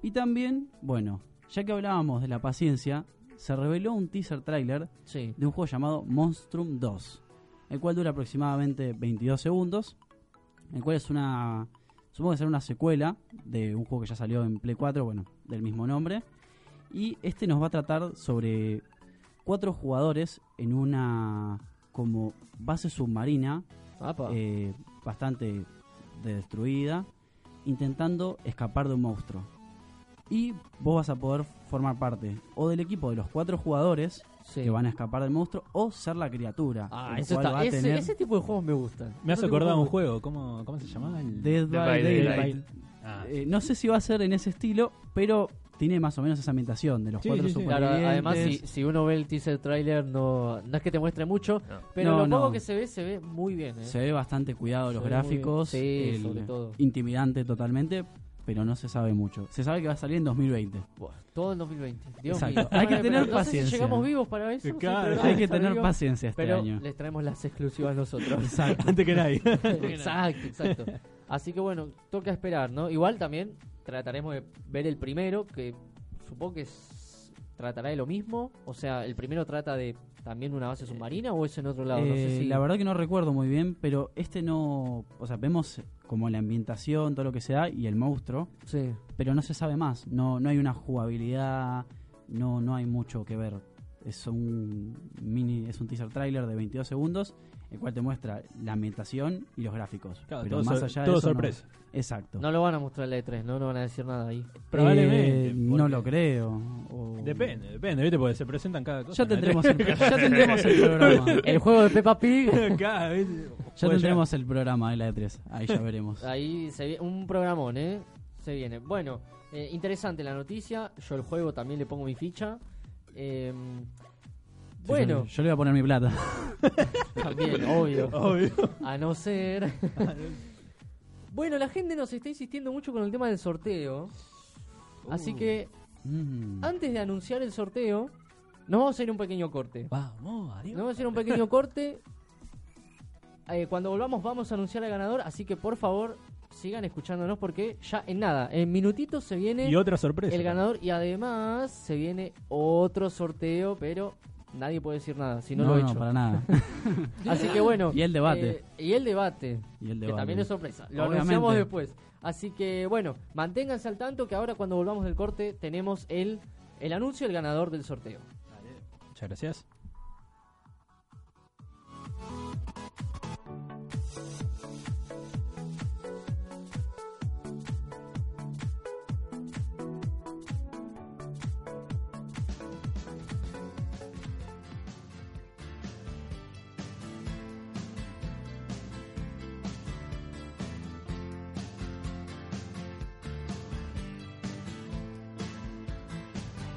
Y también, bueno, ya que hablábamos de la paciencia, se reveló un teaser trailer
Sí.
de un juego llamado Monstrum 2, el cual dura aproximadamente 22 segundos, el cual es una, supongo que será una secuela de un juego que ya salió en Play 4, bueno, del mismo nombre, y este nos va a tratar sobre cuatro jugadores en una como base submarina
Apa.
eh, bastante de- destruida, intentando escapar de un monstruo. Y vos vas a poder formar parte o del equipo de los cuatro jugadores
sí.
que van a escapar del monstruo o ser la criatura.
Ah,
el
eso
cual
está-
va a
ese,
tener
ese tipo de juegos me gustan.
Me has
Ese tipo
acordado
de
un
juegos-
juego. ¿Cómo, cómo se llamaba? El...
Dead by,
Dead by
Daylight.
Daylight.
Ah,
Eh, no sé si va a ser en ese estilo, pero tiene más o menos esa ambientación de los
Sí,
cuatro
sí, sí.
Claro, además,
supervivientes.
si, si uno ve el teaser trailer, no, no es que te muestre mucho,
No.
pero
No,
lo poco
no.
que se ve, se ve muy bien. ¿eh?
se ve bastante cuidado los
Se ve muy
gráficos,
bien. Sí,
el-
sobre todo.
intimidante totalmente, pero no se sabe mucho. Se sabe que va a salir en 2020.
Buah, todo en 2020. Dios
Exacto.
mío.
Hay que
Bueno,
tener
pero no sé si
paciencia.
llegamos vivos para eso.
Sí,
sí,
claro.
pero
Hay que
está
tener
vivo.
paciencia este
Pero
año.
les traemos las exclusivas nosotros.
Exacto.
Antes que nadie.
exacto, exacto. Así que bueno, toca esperar, ¿no? Igual también trataremos de ver el primero, que supongo que es- tratará de lo mismo. O sea, ¿el primero trata de también una base submarina o es en otro lado? no sé
Eh,
si...
La verdad que no recuerdo muy bien, pero este no. O sea, vemos como la ambientación, todo lo que se da y el monstruo,
Sí.
pero no se sabe más. No, no hay una jugabilidad, no, no hay mucho que ver. Es un mini, es un teaser trailer de 22 segundos, el cual te muestra la ambientación y los gráficos.
Claro,
pero
todo
más
sor-
allá de
todo
eso, no. Eh,
sorpresa.
Exacto.
No lo van a mostrar en la E3, ¿no? No van a decir nada ahí.
Probablemente,
Eh, no
porque-
lo creo. o-
Depende, depende, ¿viste? Porque se presentan cada cosa.
Ya
en la
tendremos, el, ya tendremos el programa.
El juego de Peppa Pig.
tele. Cada vez-
Ya
puede
tendremos el programa de la E3. Ahí ya veremos.
Ahí se viene un programón, ¿eh? Se viene. Bueno, eh, interesante la noticia. Yo el juego también le pongo mi ficha. Eh, bueno,
Yo, yo le voy a poner mi plata.
también, obvio.
llegar. Obvio.
A no ser. bueno, la gente nos está insistiendo mucho con el tema del sorteo. Así que,
Mm.
antes de anunciar el sorteo, nos vamos a ir a un pequeño corte.
Vamos, adiós.
Nos vamos a ir a un pequeño corte. Eh, cuando volvamos vamos a anunciar al ganador, así que por favor sigan escuchándonos porque ya en nada, en minutitos se viene
Y otra sorpresa.
eh, el ganador y además se viene otro sorteo, pero nadie puede decir nada, si no,
no,
lo he
no,
hecho.
para nada.
Así que bueno.
Y el debate.
eh, y el debate.
Y el
Que
debate.
también es sorpresa. Lo
Obviamente.
anunciamos después. Así que bueno, manténganse al tanto que ahora cuando volvamos del corte tenemos el, el anuncio del ganador del sorteo.
Muchas gracias.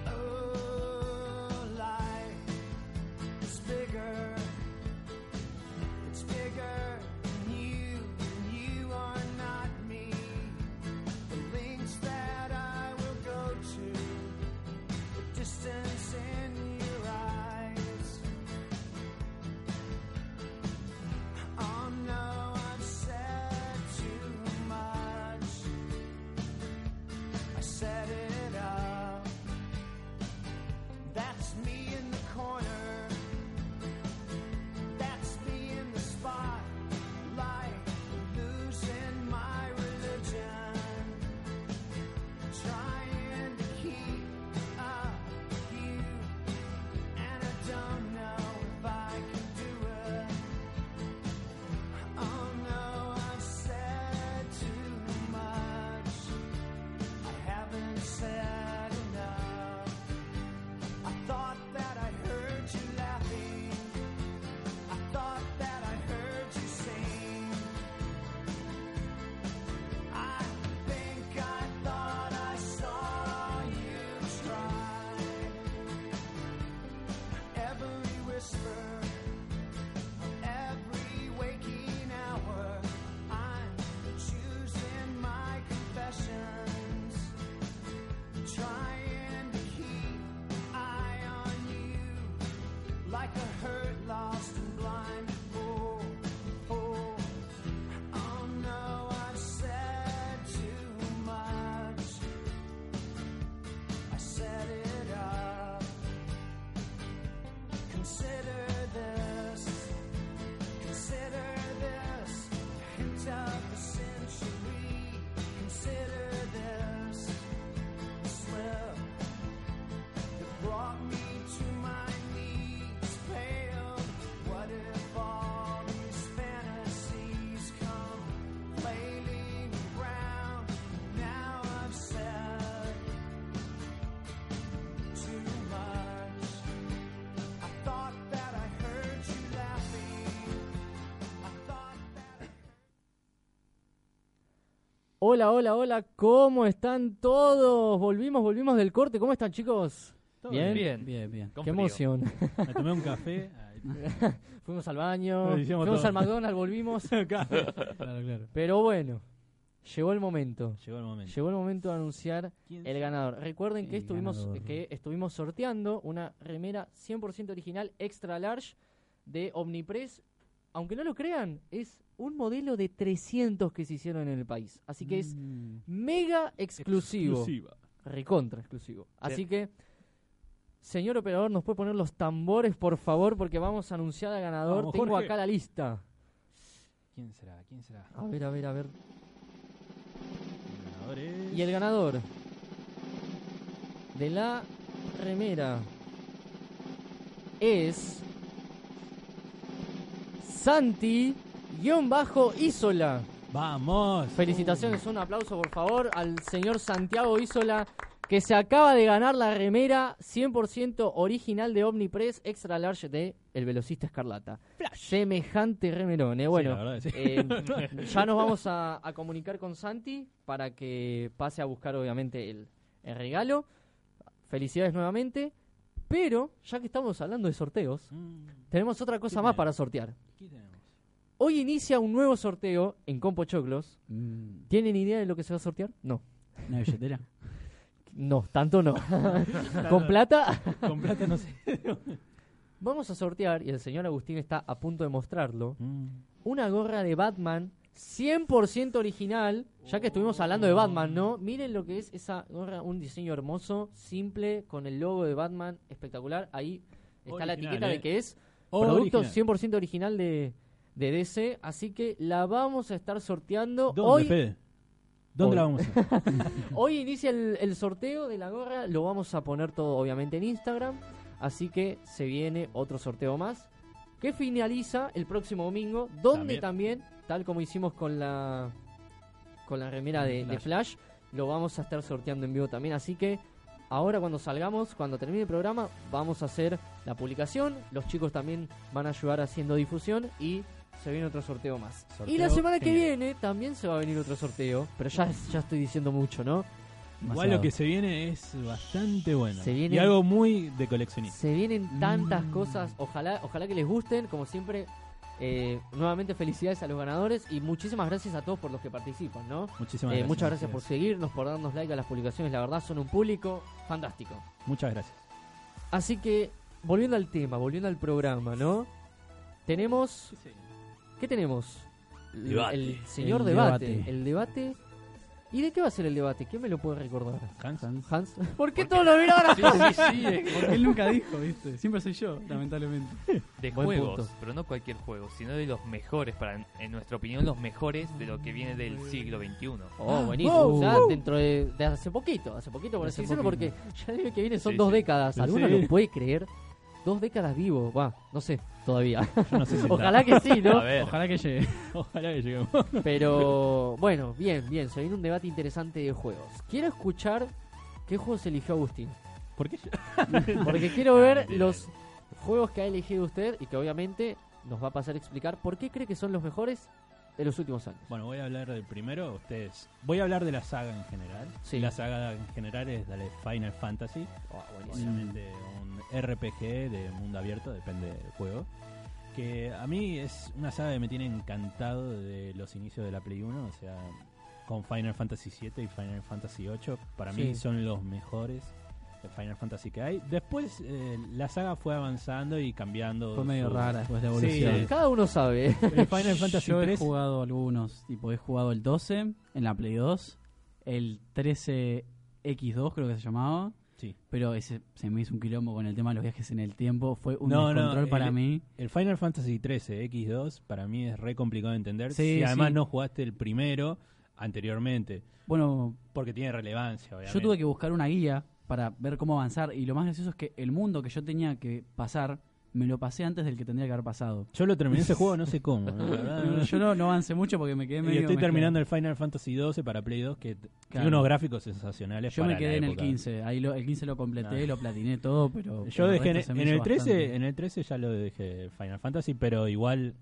Oh, life
Hola, hola, hola, ¿cómo están todos? Volvimos, volvimos del corte, ¿cómo están chicos?
Todo
Bien.
Bien.
Bien, bien.
Con
Qué
frío.
emoción.
Me tomé un café. Ay,
fuimos al baño,
Lo hicimos
fuimos
todo.
al McDonald's, volvimos.
Claro, claro.
Pero bueno, llegó el momento.
llegó el momento.
Llegó el momento de anunciar
¿Quién
el ganador. Recuerden que
El
estuvimos, eh,
ganador.
que estuvimos sorteando una remera 100% original extra large de Omnipress. Aunque no lo crean, es un modelo de 300 que se hicieron en el país. Así que es mega exclusivo.
Exclusiva.
Recontra exclusivo. Así que, señor operador, ¿nos puede poner los tambores, por favor? Porque vamos a anunciar al ganador.
Vamos,
Tengo
Jorge.
acá la lista.
¿Quién será? ¿Quién será?
A ver, a ver, a ver.
El ganador es-
Y el ganador de la remera es Santi-Isola.
¡Vamos!
Felicitaciones, un aplauso por favor al señor Santiago Isola que se acaba de ganar la remera 100% original de Omnipress Extra Large de El Velocista Escarlata. Semejante remerón, eh.
Sí,
Bueno,
la verdad que sí.
eh, ya nos vamos a, a comunicar con Santi para que pase a buscar, obviamente, el, el regalo. Felicidades nuevamente. Pero, ya que estamos hablando de sorteos,
Mm,
tenemos otra cosa
Sí,
más
tenemos.
para sortear.
¿Qué tenemos?
Hoy inicia un nuevo sorteo en Compo Choclos.
Mm,
¿Tienen idea de lo que se va a sortear? No.
¿Una billetera?
No, tanto no. Con plata.
Con plata no sé.
Vamos a sortear, y el señor Agustín está a punto de mostrarlo,
Mm.
una gorra de Batman 100% original, ya que estuvimos hablando de Batman, ¿no? Miren lo que es esa gorra, un diseño hermoso, simple, con el logo de Batman, espectacular. Ahí está la
Original,
etiqueta
eh.
de que es producto
Original.
100% original de, de DC, así que la vamos a estar sorteando
¿Dónde,
hoy.
Fede? ¿Dónde
Hoy.
la vamos a hacer?
Hoy inicia el, el sorteo de la gorra, lo vamos a poner todo obviamente en Instagram, así que se viene otro sorteo más que finaliza el próximo domingo, donde también, tal como hicimos con la con la remera de, de Flash, lo vamos a estar sorteando en vivo también, así que ahora cuando salgamos, cuando termine el programa, vamos a hacer la publicación, los chicos también van a ayudar haciendo difusión y se viene otro sorteo más. y la
Sorteo
semana que
genial.
viene también se va a venir otro sorteo, pero ya, ya estoy diciendo mucho, ¿no?
Demasiado.
Igual lo que se viene es bastante bueno.
Se viene-
Y algo muy de coleccionista.
Se vienen tantas
Mm.
cosas, ojalá, ojalá que les gusten, como siempre. eh, nuevamente felicidades a los ganadores y muchísimas gracias a todos por los que participan, ¿no?
Muchísimas
Eh,
gracias.
muchas gracias por seguirnos, por darnos like a las publicaciones, la verdad son un público fantástico.
Muchas gracias.
Así que, volviendo al tema, volviendo al programa, ¿no? Tenemos... ¿Qué tenemos? El-
Debate.
El señor
El
debate.
debate.
El debate... ¿Y de qué va a ser el debate? ¿Quién me lo puede recordar?
Hans.
Hans. ¿Por qué todos lo miraban a Hans?
Porque él nunca dijo, ¿viste? Siempre soy yo, lamentablemente.
De
Buen
juegos,
punto.
pero no cualquier juego, sino de los mejores, para, en nuestra opinión, los mejores de lo que viene del siglo XXI.
Oh, buenísimo.
Oh.
ya dentro de, de hace poquito, hace poquito por
De
así
hace
decirlo, porque
poquito.
ya digo que viene son
Sí,
dos
sí.
décadas.
Sí,
¿Alguno
sí.
lo puede creer? Dos décadas vivo, va, no sé, todavía.
Yo no sé si
Ojalá que sí,
A
¿no?
ver,
Ojalá que llegue.
está. Ojalá que lleguemos.
Pero bueno, bien, bien, se viene un debate interesante de juegos. Quiero escuchar qué juegos eligió Agustín,
¿Por qué yo?
porque quiero
Ah,
ver
Bien.
los juegos que ha elegido usted y que obviamente nos va a pasar a explicar por qué cree que son los mejores de los últimos años.
Bueno, voy a hablar del primero, ustedes. Voy a hablar de la saga en general.
Sí.
La saga en general es la de Final Fantasy. Obviamente un RPG de mundo abierto, depende del juego. Que a mí es una saga que me tiene encantado de los inicios de la Play 1, o sea, con Final Fantasy 7 y Final Fantasy 8, para
Sí.
mí son los mejores de Final Fantasy que hay. Después eh, la saga fue avanzando y cambiando.
Fue medio
su-
rara después de la
Sí,
evolución.
eh,
Cada uno sabe.
El Final Fantasy
Yo he
3
jugado algunos, tipo he jugado el 12 en la Play 2, el 13X2 creo que se llamaba,
Sí.
pero ese se me hizo un quilombo con el tema de los viajes en el tiempo, fue un
No, no,
descontrol
el-
para mí.
El Final Fantasy XIII X2 para mí es re complicado de entender.
Sí,
si además
sí.
no jugaste el primero anteriormente,
Bueno,
porque tiene relevancia, obviamente.
yo tuve que buscar una guía para ver cómo avanzar y lo más gracioso es que el mundo que yo tenía que pasar me lo pasé antes del que tendría que haber pasado.
Yo lo terminé ese juego, no sé cómo. ¿no? La verdad, no-
Yo no, no avancé mucho porque me quedé
Ah. y
medio...
estoy
mezclado.
terminando el Final Fantasy XII para Play 2 que t- tiene
Claro.
unos gráficos sensacionales.
Yo
para
me quedé
la
en el
época.
15, ahí lo- el 15 lo completé,
Nah.
lo platiné todo, pero...
Yo
pero
dejé en,
resto se me
en
hizo
el 13,
bastante.
en el 13 ya lo dejé Final Fantasy, pero igual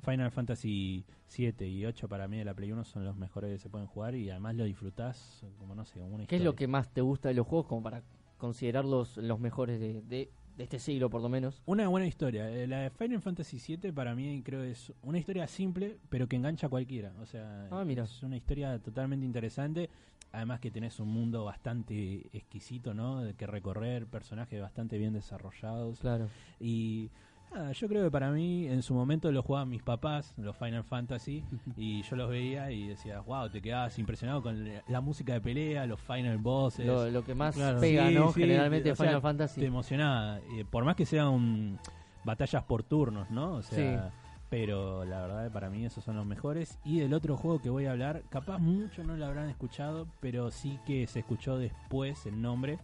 Final Fantasy 7 y 8 para mí de la Play 1 son los mejores que se pueden jugar y además lo disfrutás como no sé, como una
¿Qué
historia.
es lo que más te gusta de los juegos como para considerarlos los mejores de, de- de este siglo por lo menos?
Una buena historia. Eh, La de Final Fantasy VII para mí creo es una historia simple, pero que engancha a cualquiera. O sea,
Ah, mira.
es una historia totalmente interesante. Además que tenés un mundo bastante exquisito, ¿no? De que recorrer, personajes bastante bien desarrollados.
Claro.
Y nada, yo creo que para mí en su momento lo jugaban mis papás, los Final Fantasy, y yo los veía y decías, wow, te quedabas impresionado con la- la música de pelea, los Final Bosses.
Lo, lo que más
Claro.
pega,
Sí,
¿no?
sí,
Generalmente
o sea,
Final Fantasy. Uh,
te emocionaba. eh, por más que sean batallas por turnos, ¿no? O sea, pero la verdad para mí esos son los mejores. Y del otro juego que voy a hablar, capaz muchos no lo habrán escuchado, pero sí que se escuchó después el nombre.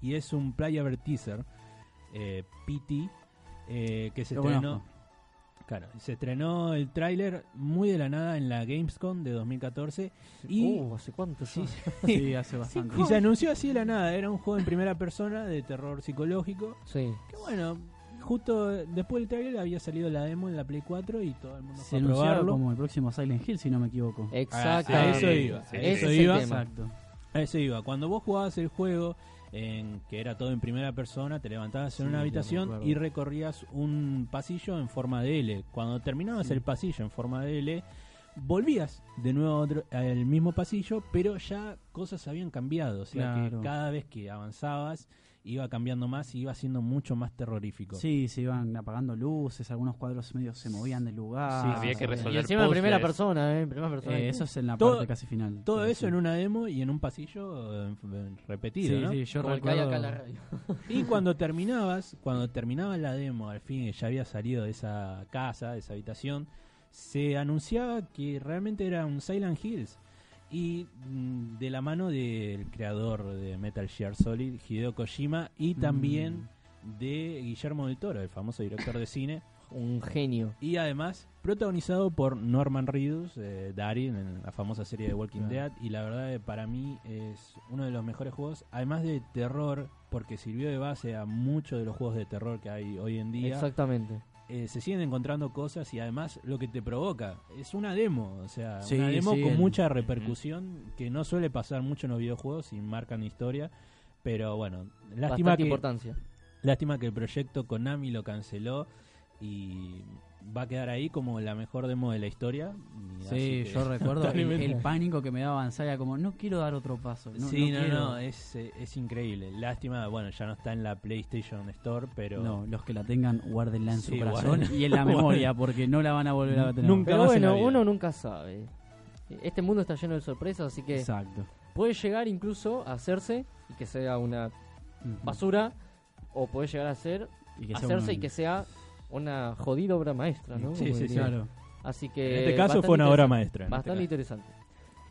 Y es un player teaser, eh, PT, eh, que se
Lo
estrenó.
conozco.
Claro, se estrenó el tráiler muy de la nada en la Gamescom de 2014 y
Uh, ¿hace cuánto?
Sí,
ya?
Sí, hace bastante.
y se anunció así de la nada, era un juego en primera persona de terror psicológico.
Sí.
Que bueno, justo después del trailer había salido la demo en la Play 4 y todo el mundo
Se
fue a
anunciaba
probarlo. Eh,
como el próximo Silent Hill, si no me equivoco.
Exacto.
A eso iba,
Sí,
Ah, a
sí,
Ese
eso
es
iba.
el tema.
Exacto.
A eso iba. Cuando vos jugabas el juego, en que era todo en primera persona, te levantabas en
Sí,
una
ya
habitación
recuerdo.
y recorrías un pasillo en forma de L. Cuando terminabas
Sí.
el pasillo en forma de L, volvías de nuevo a otro- al mismo pasillo, pero ya cosas habían cambiado. O sea
Claro.
que cada vez que avanzabas iba cambiando más y iba siendo mucho más terrorífico.
Sí, se iban apagando luces, algunos cuadros medio se movían del lugar.
Ah, Sí,
había que resolver
Y encima en primera
puzzles.
persona, ¿eh? En primera persona.
Eh, eso es en la
Todo-
parte casi final.
Todo
Pero
eso
sí.
en una demo y en un pasillo eh, f- repetido,
Sí,
¿no?
sí, yo
Como el que hay acá en la
recuerdo-
radio.
Y cuando terminabas, cuando terminaba la demo, al fin ya había salido de esa casa, de esa habitación, se anunciaba que realmente era un Silent Hills. Y mm, de la mano del creador de Metal Gear Solid, Hideo Kojima, y también de Guillermo del Toro, el famoso director de cine,
Un genio.
y además protagonizado por Norman Reedus, eh, Daryl, en la famosa serie de Walking
Claro.
Dead, y la verdad que para mí es uno de los mejores juegos, además de terror, porque sirvió de base a muchos de los juegos de terror que hay hoy en día,
Exactamente.
Eh, se siguen encontrando cosas y además lo que te provoca es una demo, o sea,
Sí,
una demo
sí,
con
el-
mucha repercusión que no suele pasar mucho en los videojuegos y marcan historia, pero bueno, lástima
Bastante
que,
importancia.
Lástima que el proyecto Konami lo canceló y va a quedar ahí como la mejor demo de la historia. Y así
Sí,
que-
yo recuerdo el,
Totalmente.
el pánico que me daba avanzar. Era como, no quiero dar otro paso. No,
sí,
no,
no, no,
quiero.
es, eh, es increíble. Lástima, bueno, ya no está en la PlayStation Store, pero
No, los que la tengan, guárdenla en
Sí,
su corazón y en la memoria, porque no la van a volver a tener.
Nunca
Pero
más en la
bueno,
vida.
uno nunca sabe. Este mundo está lleno de sorpresas, así que
Exacto.
puede llegar incluso a hacerse y que sea una
Ujú.
basura, o puede llegar a ser,
Y que sea
hacerse
uno-
y que sea una jodida obra maestra, ¿no?
Sí,
Como
sí,
diría.
Claro.
Así
en
que.
este caso
Eh, bastante
fue una obra
interesante.
maestra. en
Bastante
este
interesante.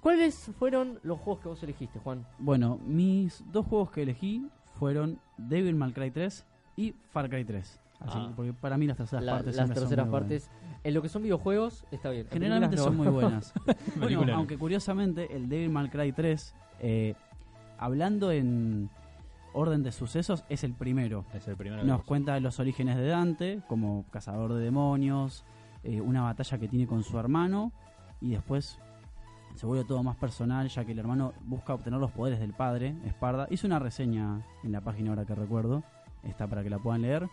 ¿Cuáles fueron los juegos que vos elegiste, Juan?
Bueno, mis dos juegos que elegí fueron Devil May Cry 3 y Far Cry 3. Así,
Ah.
Porque para mí las terceras
La- las
partes siempre son
terceras
muy buenas.
partes. En lo que son videojuegos, está bien. En
Generalmente
películas
son
no.
muy buenas.
caso.
Bueno,
Película.
aunque curiosamente el Devil May Cry 3, eh, hablando en orden de sucesos, es el primero.
Es el primero.
Nos cuenta los orígenes de Dante, como cazador de demonios, eh, una batalla que tiene con su hermano, y después se vuelve todo más personal, ya que el hermano busca obtener los poderes del padre, Esparda. Hice una reseña en la página ahora que recuerdo, está para que la puedan leer.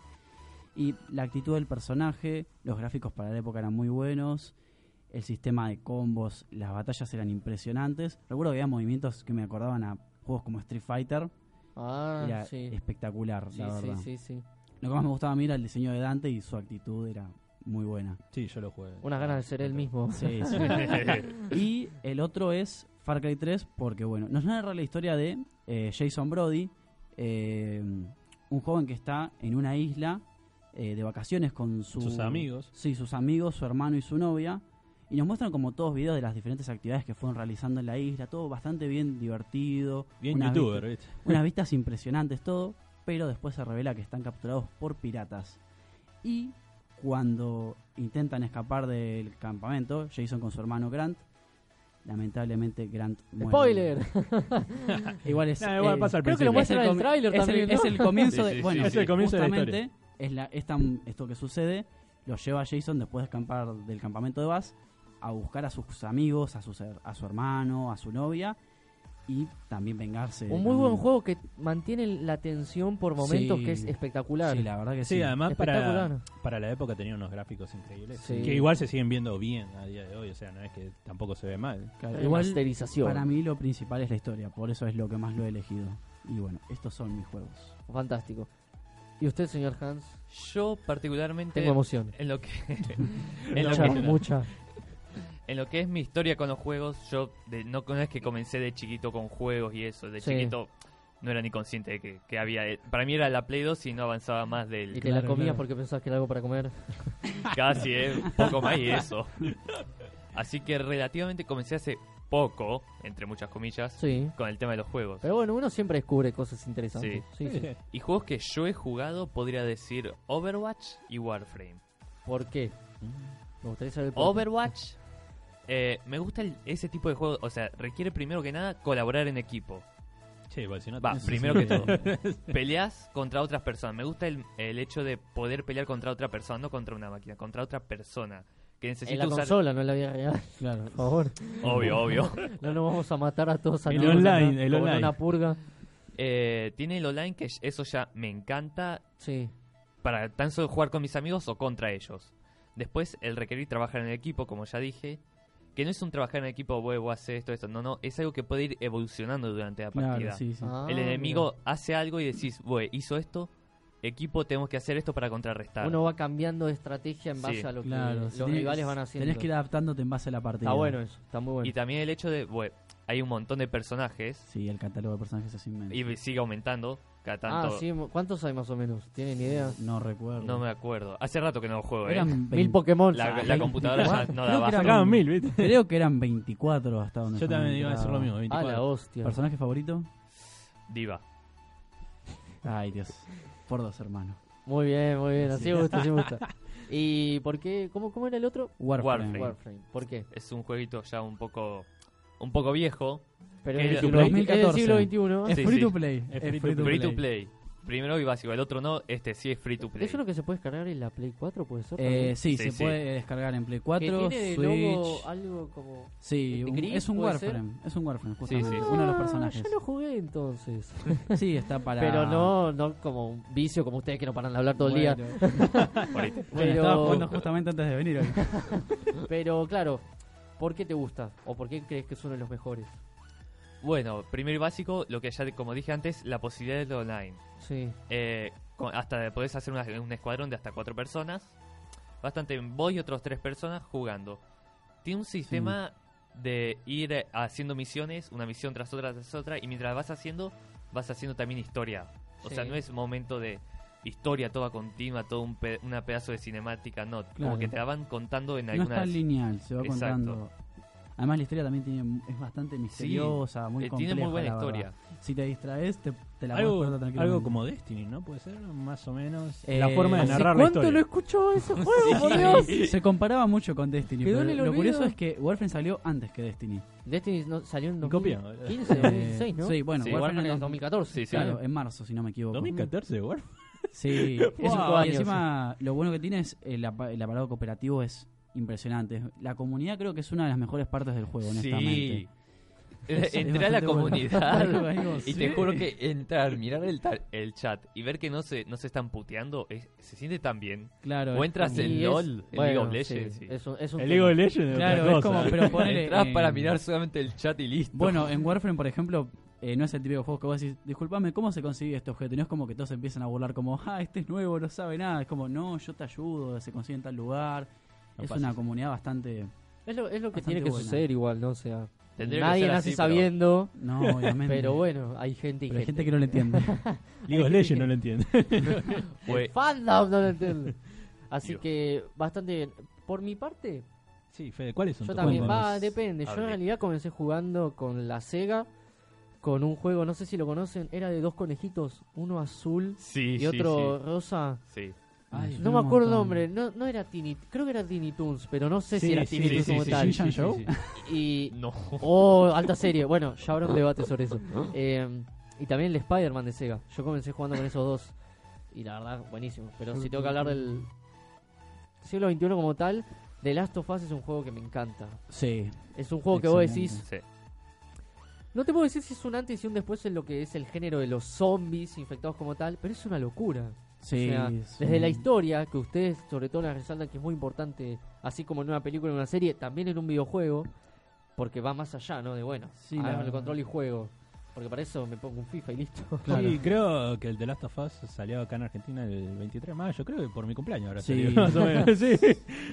Y la actitud del personaje, los gráficos para la época eran muy buenos, el sistema de combos, las batallas eran impresionantes. Recuerdo que había movimientos que me acordaban a juegos como Street Fighter,
Ah,
era
sí.
espectacular,
Sí,
la
sí,
verdad.
sí, sí.
Lo que más me gustaba a mí era el diseño de Dante y su actitud era muy buena.
Sí, yo lo jugué.
Unas ganas de ser él mismo.
Sí, sí. y el otro es Far Cry 3 porque, bueno, nos narra la historia de eh, Jason Brody, eh, un joven que está en una isla eh, de vacaciones con su-
Sus amigos.
Sí, sus amigos, su hermano y su novia. Y nos muestran como todos videos de las diferentes actividades que fueron realizando en la isla, todo bastante bien divertido.
Bien
unas
youtuber, ¿viste?
unas vistas impresionantes todo, pero después se revela que están capturados por piratas. Y cuando intentan escapar del campamento, Jason con su hermano Grant, lamentablemente Grant muere.
¡Spoiler!
Igual es
Nah, igual
eh,
pasa al
creo que lo
es
principio.
muestran en el
comi-
tráiler
es
también,
el-
¿no?
es el comienzo
Sí,
de,
sí, sí,
bueno,
sí. Es el
comienzo de la
justamente es la es tan- esto que sucede lo lleva a Jason después de escapar del campamento de Buzz a buscar a sus amigos, a su, ser- a su hermano, a su novia y también vengarse.
Un muy buen
también.
juego que mantiene la tensión por momentos,
Sí.
que es espectacular.
Sí, la verdad que sí.
Sí, además para,
Espectacular.
para la época tenía unos gráficos increíbles.
Sí.
Que igual se siguen viendo bien a día de hoy, o sea, no es que tampoco se ve mal.
Claro,
La
igual
masterización.
para mí lo principal es la historia, por eso es lo que más lo he elegido. Y bueno, estos son mis juegos.
Fantástico. ¿Y usted, señor Hans?
Yo particularmente
Tengo emoción.
en lo que en, lo
Mucha,
que
mucha.
en lo que es mi historia con los juegos, yo de- no, no es que comencé de chiquito con juegos y eso, de
Sí.
chiquito no era ni consciente de que, que había eh, para mí era la Play 2 y no avanzaba más del
Y te la
Claro,
comías
claro.
porque pensabas que era algo para comer.
Casi, ¿eh? Un poco más y eso. Así que relativamente comencé hace poco, entre muchas comillas,
Sí.
con el tema de los juegos.
Pero bueno, uno siempre descubre cosas interesantes. Sí, sí.
Y juegos que yo he jugado, podría decir Overwatch y Warframe.
¿Por qué?
Mm.
Me gustaría saber el por qué.
Overwatch, eh, me gusta el- ese tipo de juegos, o sea, requiere primero que nada colaborar en equipo.
Che, igual si no
Va,
tenés-
primero que todo. Peleas contra otras personas. Me gusta el, el hecho de poder pelear contra otra persona, no contra una máquina, contra otra persona. Que
En
necesita
la
usar...
consola, no en la vida real.
Claro.
Por favor.
Obvio, obvio.
No nos vamos a matar a todos a
El
tiros,
online,
¿no? Como
el
en
online.
una purga.
Eh, tiene el online que eso ya me encanta
Sí.
para tan solo jugar con mis amigos o contra ellos. Después el requerir trabajar en el equipo, como ya dije, que no es un trabajar en equipo, huevo, hace esto, esto, no, no, es algo que puede ir evolucionando durante la partida.
Claro, sí, sí.
Ah,
el
mira.
enemigo hace algo y decís, güey, hizo esto, equipo, tenemos que hacer esto para contrarrestar.
Uno va cambiando de estrategia en base
Sí.
a lo que
Claro,
los
tenés-
rivales van haciendo.
Tenés que ir adaptándote en base a la partida.
Está bueno eso, está muy bueno.
Y también el hecho de, güey, hay un montón de personajes
Sí, el catálogo de personajes es inmenso.
y sigue aumentando cada
Ah,
tanto.
sí, mo- ¿cuántos hay más o menos? ¿Tienen idea?
No recuerdo.
No me acuerdo. Hace rato que no juego, ¿eh?
Eran
Mil
20
Pokémon.
La,
Ah,
la computadora ya no
Creo
daba.
que era-
Sacaban mil, ¿viste?
Creo que eran 24 hasta donde
Yo
estaba
también iba a decir lo
enterado.
mismo,
A la
24.
hostia.
¿Personaje favorito?
Diva.
Ay, Dios. Por dos, hermano.
Muy bien, muy bien. Así
Sí.
me gusta, así me gusta. ¿Y por qué? ¿Cómo, cómo era el otro?
Warframe.
Warframe.
Warframe. ¿Por qué?
Es un jueguito ya un poco un poco viejo.
Pero
Que
es del
era-
siglo XX, es del
2014.
siglo XXI.
Es
Sí,
free
sí.
to play.
Es free to
Free to play. Primero y básico, el otro no, este sí es free to play.
¿Es uno que se puede descargar en la Play 4? ¿Puede ser?
Eh, sí,
Sí,
se
sí.
puede descargar en Play
que
4,
tiene de
Switch.
logo algo como...
Sí,
¿De
un-
gris
es un
puede ser?
Warframe. Es un Warframe,
Sí,
justamente.
sí.
Uno de los
Ah,
personajes.
Yo lo jugué entonces.
Sí, está para.
Pero no, no como un vicio como ustedes que no paran de hablar todo el día.
Bueno,
Ahorita.
bueno,
Pero-
estaba jugando justamente antes de venir hoy.
Pero claro, ¿por qué te gusta? ¿O por qué crees que es uno de los mejores?
Bueno, primero y básico, lo que ya como dije antes, la posibilidad de online.
Sí.
Eh, con- hasta podés hacer una- un escuadrón de hasta cuatro personas. Bastante vos y otros tres personas jugando. Tiene un sistema de ir eh, haciendo misiones, una misión tras otra tras otra, y mientras vas haciendo, vas haciendo también historia. O sea,
Sí.
no es momento de historia toda continua, todo un pe- una pedazo de cinemática, no.
Claro.
Como que te la van contando en
No está
algunas...
lineal, se va
Exacto.
contando. Además, la historia también tiene, es bastante misteriosa, muy
Eh,
compleja.
tiene muy buena
la verdad.
historia.
Si te distraes, te, te la puedes
Algo,
perder tranquilamente.
algo como Destiny, ¿no? Puede ser, más o menos.
Eh,
la forma de
¿hace
narrar la
¿Cuánto
historia.
lo escuchó ese juego, por
Sí.
Dios?
Se comparaba mucho con Destiny.
Quedó
pero
en el
lo
olvido.
curioso es que Warframe salió antes que Destiny.
Destiny no, salió en
Y copian,
2015,
Eh,
2016, ¿no?
Sí, bueno,
Sí,
Warframe
Warframe en
en
el 2014.
Sí, sí.
Claro, en marzo, si no me equivoco.
2014, Warframe.
Sí,
Wow.
eso-
Cinco
y
años.
encima lo bueno que tiene es eh, el, apa- el apartado cooperativo es impresionante. La comunidad creo que es una de las mejores partes del juego, honestamente.
Sí. Eh,
Es- es
Entré a la
bastante bueno. Algo,
comunidad
algo,
y
sí.
te juro que entrar, mirar el, ta- el chat y ver que no se, no se están puteando, es- se siente tan bien.
Claro.
O
es
entras
como-
en
Y
LOL, en League of
sí,
Legends, sí.
es un- es un tema.
El League of Legends.
Claro, es
Ah,
como, pero ponele,
Entras
eh,
para mirar solamente el chat y listo.
Bueno, en Warframe, por ejemplo, eh, no es el típico juego que vos decís, disculpame, ¿cómo se consigue este objeto? Y no es como que todos empiezan a burlar como, ah, este es nuevo, no sabe nada. Es como, no, yo te ayudo, se consigue en tal lugar.
No
es
pasa
una
eso.
comunidad bastante...
Es lo, es lo que
Bastante
tiene que
buena.
suceder igual, ¿no? O sea,
Tendría que
nadie
ser
nace
así, pero-
sabiendo,
No, obviamente.
pero bueno, hay gente y
Pero hay
gente.
gente que no lo entiende.
League of Legends no lo entiende.
El
Fue-
fandom no lo entiende. Así
Dios.
que bastante bien. Por mi parte,
Sí, Fede, ¿cuáles son
yo
tus
también,
juegos?
va, depende. Yo en
Hable.
realidad comencé jugando con la Sega, con un juego, no sé si lo conocen, era de dos conejitos, uno azul
Sí,
y
sí,
otro rosa.
sí, sí.
Ay,
No me
un
acuerdo el
montón.
nombre, no, no era Tiny, creo que era Tiny Toons, pero no sé si
Sí,
era
sí,
Tiny
sí,
Toons
sí,
como
sí,
tal.
sí, Shin Show.
Y.
No.
Oh, alta serie. Bueno, ya habrá un debate sobre eso. Eh, y también el Spider-Man de Sega. Yo comencé jugando con esos dos. Y la verdad, buenísimo. Pero si tengo que hablar del. siglo XXI como tal, The Last of Us es un juego que me encanta.
Sí.
Es un juego que vos
Excelente.
decís,
Sí.
no te puedo decir si es un antes y un después en lo que es el género de los zombies infectados como tal, pero es una locura.
Sí.
O sea,
es
desde la
un-
historia, que ustedes sobre todo la resaltan que es muy importante, así como en una película, en una serie, también en un videojuego, porque va más allá, ¿no? De bueno,
Sí,
hagamos
la-
el control y juego. Porque para eso me pongo un FIFA y listo.
Claro.
Sí, creo que el The Last of Us salió acá en Argentina el 23 de mayo, creo que por mi cumpleaños ahora
Sí.
salió, más o menos. sí.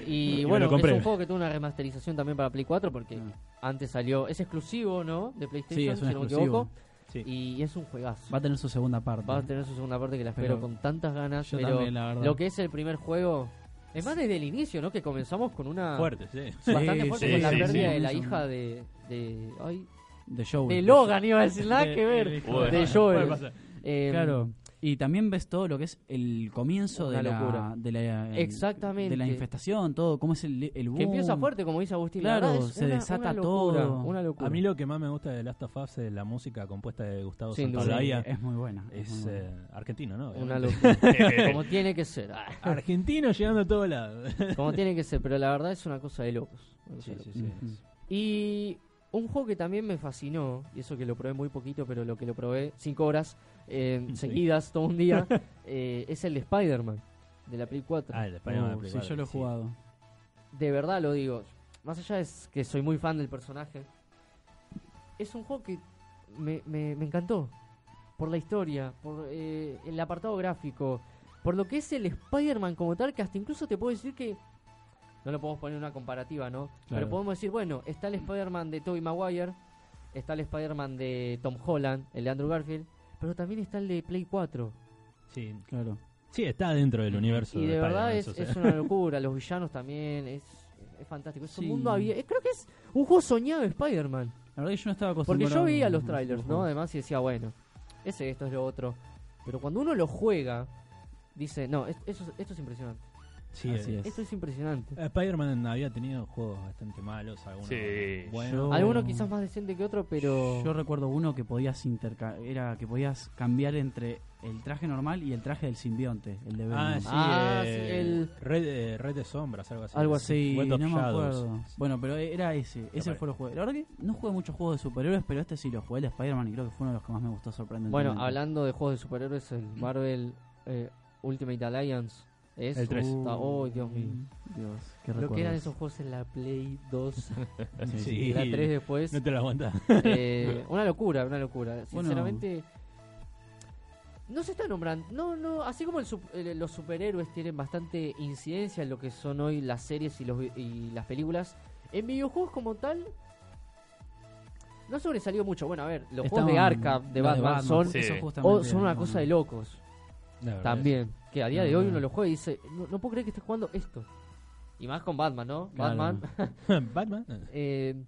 Y
Y me
bueno,
lo compré.
es un juego que tuvo una remasterización también para Play 4 porque
Ah.
antes salió, es exclusivo, ¿no? De PlayStation,
Sí, es un
si no me
exclusivo.
equivoco.
Sí.
Y es un juegazo.
Va a tener su segunda parte.
Va a tener su segunda parte que la espero
Pero-
con tantas ganas.
Yo
pero
también, la verdad.
lo que es el primer juego, es más desde el inicio, ¿no? Que comenzamos con una.
Fuerte, sí.
Bastante
Sí,
fuerte
sí,
con la
sí,
pérdida
sí.
de la
Eso,
hija
¿no?
de. de ay,
De Joel.
de Logan, iba a decir nada
De-
que ver.
Joel.
De
Puede
Joel.
pasar.
Em,
Claro. Y también ves todo lo que es el comienzo
Una
de la,
locura.
de la
Exactamente.
de la infestación, todo, cómo es el, el boom.
Que empieza fuerte, como dice Agustín. la
Uh, Claro,
verdad es
se
una-
desata
una locura,
todo.
Una locura.
A mí lo que más me gusta de Last of Us es la música compuesta de Gustavo
Sin duda.
Sí,
Santaolalla.
es muy buena. es
Es
muy buena.
eh, argentino, ¿no?
Una
Obviamente.
locura. como tiene que ser. Ah,
Argentino llegando a todos lados.
Como tiene que ser. Pero la verdad es una cosa de locos. Una cosa de locos.
Ujú.
Y un juego que también me fascinó, y eso que lo probé muy poquito, pero lo que lo probé cinco horas eh,
Sí.
seguidas, todo un día, eh, es el de Spider-Man, de la Play 4.
Ah, el de Spider-Man.
Uh,
Play
sí, yo lo he
sí.
jugado.
De verdad lo digo. Más allá es que soy muy fan del personaje. Es un juego que me, me- me encantó. Por la historia, por eh, el apartado gráfico, por lo que es el Spider-Man como tal, que hasta incluso te puedo decir que... No lo podemos poner en una comparativa, ¿no?
Claro.
Pero podemos decir, bueno, está el Spider-Man de Tobey Maguire, está el Spider-Man de Tom Holland, el de Andrew Garfield, pero también está el de Play 4.
Sí.
Claro.
Sí, está dentro del universo.
Y de verdad
Spider-Man,
es,
o sea.
es una locura, los villanos también, es, es fantástico. Es
Sí.
un mundo abierto. Creo que es un juego soñado de Spider-Man.
La verdad que yo no estaba
Porque
acostumbrado.
yo veía
a
los
a
trailers, ¿no?
juegos.
Además, y decía, bueno, ese, esto es lo otro. Pero cuando uno lo juega, dice, no, es- eso es- esto es impresionante.
Sí,
Así
eh,
es.
Esto es impresionante.
Spider-Man había tenido juegos bastante malos, algunos
Sí.
buenos.
Yo-
Alguno quizás más decente que otro, pero.
Yo recuerdo uno que podías interca era que podías cambiar entre el traje normal y el traje del simbionte, el de Venom.
Ah, sí,
Ah,
eh,
sí, el-
Red, eh, Red de Sombras, algo así.
Algo
Sí,
Web
no
of
me
Shadows.
acuerdo. Bueno, pero era ese, ese
parece.
fue el juego. La verdad que no jugué muchos juegos de superhéroes, pero este sí lo jugué, el de Spider-Man, y creo que fue uno de los que más me gustó sorprendentemente.
Bueno, hablando de juegos de superhéroes, el Marvel eh, Ultimate Alliance. Es
El tres.
Está- oh, Dios mío.
Uh, Dios, Mm. qué
Lo que eran
recuerdos.
esos juegos en la Play 2
Sí, sí.
y la 3 después.
No te lo aguantas.
Eh, una locura, una locura.
Bueno.
Sinceramente, no se está nombrando. No, no. Así como el sup- el- los superhéroes tienen bastante incidencia en lo que son hoy las series y, los, vi- y las películas, en videojuegos como tal. No ha sobresalido mucho. Bueno, a ver, los juegos de
Estaban-
Arkham, de
los
Batman, son,
sí.
esos
o-
o
justamente
son una
eran,
cosa
¿no?
de locos.
La verdad
También. Que a día de
No,
hoy
no.
uno lo juega y dice, no, no puedo creer que esté jugando esto. Y más con Batman, ¿no?
Claro.
Batman.
es- Batman.
Eh,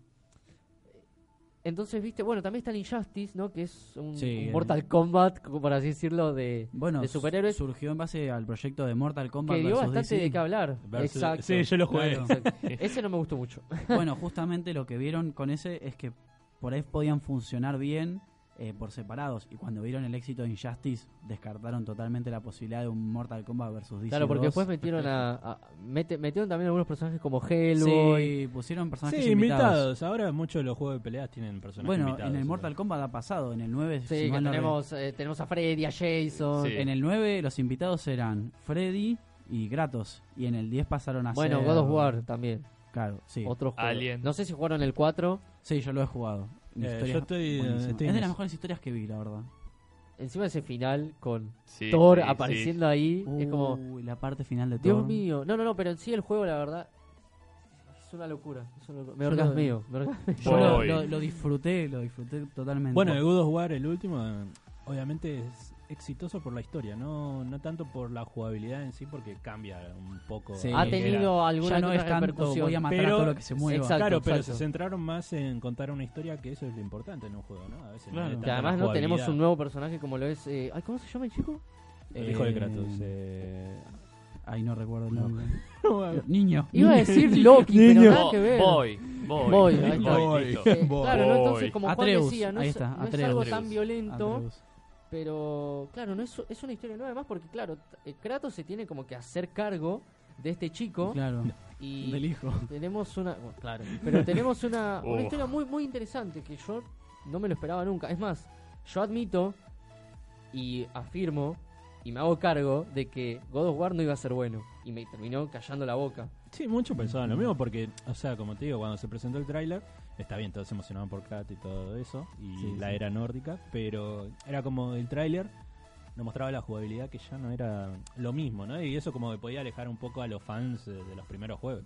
entonces, viste, bueno, también está el Injustice, ¿no? Que es un,
Sí,
un
el-
Mortal Kombat, como por así decirlo, de,
Bueno,
de superhéroes.
surgió en base al proyecto de Mortal Kombat
que dio
versus
bastante
DC.
de qué hablar.
Versus-
Exacto.
Sí, yo lo jugué.
Claro.
Exacto. Ese no me gustó mucho.
Bueno, justamente lo que vieron con ese es que por ahí podían funcionar bien eh, por separados. Y cuando vieron el éxito de Injustice, descartaron totalmente la posibilidad de un Mortal Kombat versus DC.
Claro, porque
2.
después metieron a, a- mete- metieron también algunos personajes como Hellboy.
Sí, pusieron personajes
Sí,
invitados.
invitados. Ahora muchos de los juegos de peleas tienen personajes
Bueno,
invitados.
en el
¿no?
Mortal Kombat ha pasado. En el 9,
Sí,
si
que
mal no re-
tenemos, eh, tenemos a Freddy, a Jason.
Sí.
en el 9 los invitados eran Freddy y Kratos. Y en el 10 pasaron a
Bueno,
ser...
God of War también.
Claro, sí.
Otro juego.
Alien.
No sé si jugaron el 4.
Sí, yo lo he jugado. Una
Eh,
historia
yo estoy, eh,
buenísima.
estoy
es
en
de las
eso.
mejores historias que vi, la verdad.
Encima ese final con
Sí,
Thor
sí, sí.
apareciendo ahí. es como.
Uy, la parte final de
Dios
Thor.
mío, no, no, no, pero en sí el juego, la verdad, es una locura. Es una locura. Me
Yo
orgasmeo, me orgasmeo.
Yo lo,
Voy.
lo- lo disfruté, lo disfruté totalmente.
Bueno, el God of War, el último, eh, obviamente es exitoso por la historia, no, no tanto por la jugabilidad en sí, porque cambia un poco.
Sí.
lo
Ha
que era.
tenido alguna
ya no
que
es
otra
tanto
repercusión.
voy a matar a
Pero-
todo lo que se mueva.
Exacto.
claro, pero
exacto.
se centraron más en contar una historia que eso es lo importante en un juego, ¿no? A veces no
Claro.
es
Que
tanto
además
la
no tenemos un
jugabilidad.
nuevo personaje como lo es. eh, ay, ¿Cómo se llama el chico?
El hijo de
Eh,
Kratos. eh,
Ahí no recuerdo el
No.
nombre. Niño.
Iba a decir Loki, pero
Niño.
nada que ver.
Voy, voy,
Voy, ahí está.
voy, listo.
Eh, claro, no, entonces como Juan
Atreus,
decía, no,
ahí
es,
está,
no es
Atreus.
algo
Atreus.
tan violento,
Atreus.
pero claro, no es, es una historia nueva además porque claro, t- eh, Kratos se tiene como que hacer cargo de este chico
Claro,
y
del hijo.
tenemos una bueno, claro, pero tenemos una, una
Oh.
historia muy muy interesante que yo no me lo esperaba nunca. Es más, yo admito y afirmo y me hago cargo de que God of War no iba a ser bueno y me terminó callando la boca.
Sí, muchos pensaban lo mismo porque, o sea, como te digo, cuando se presentó el tráiler, está bien, todos se emocionaban por Kratos y todo eso, y
Sí,
la
sí.
era nórdica, pero era como el tráiler nos mostraba la jugabilidad que ya no era lo mismo, ¿no? Y eso como que podía alejar un poco a los fans eh, de los primeros juegos.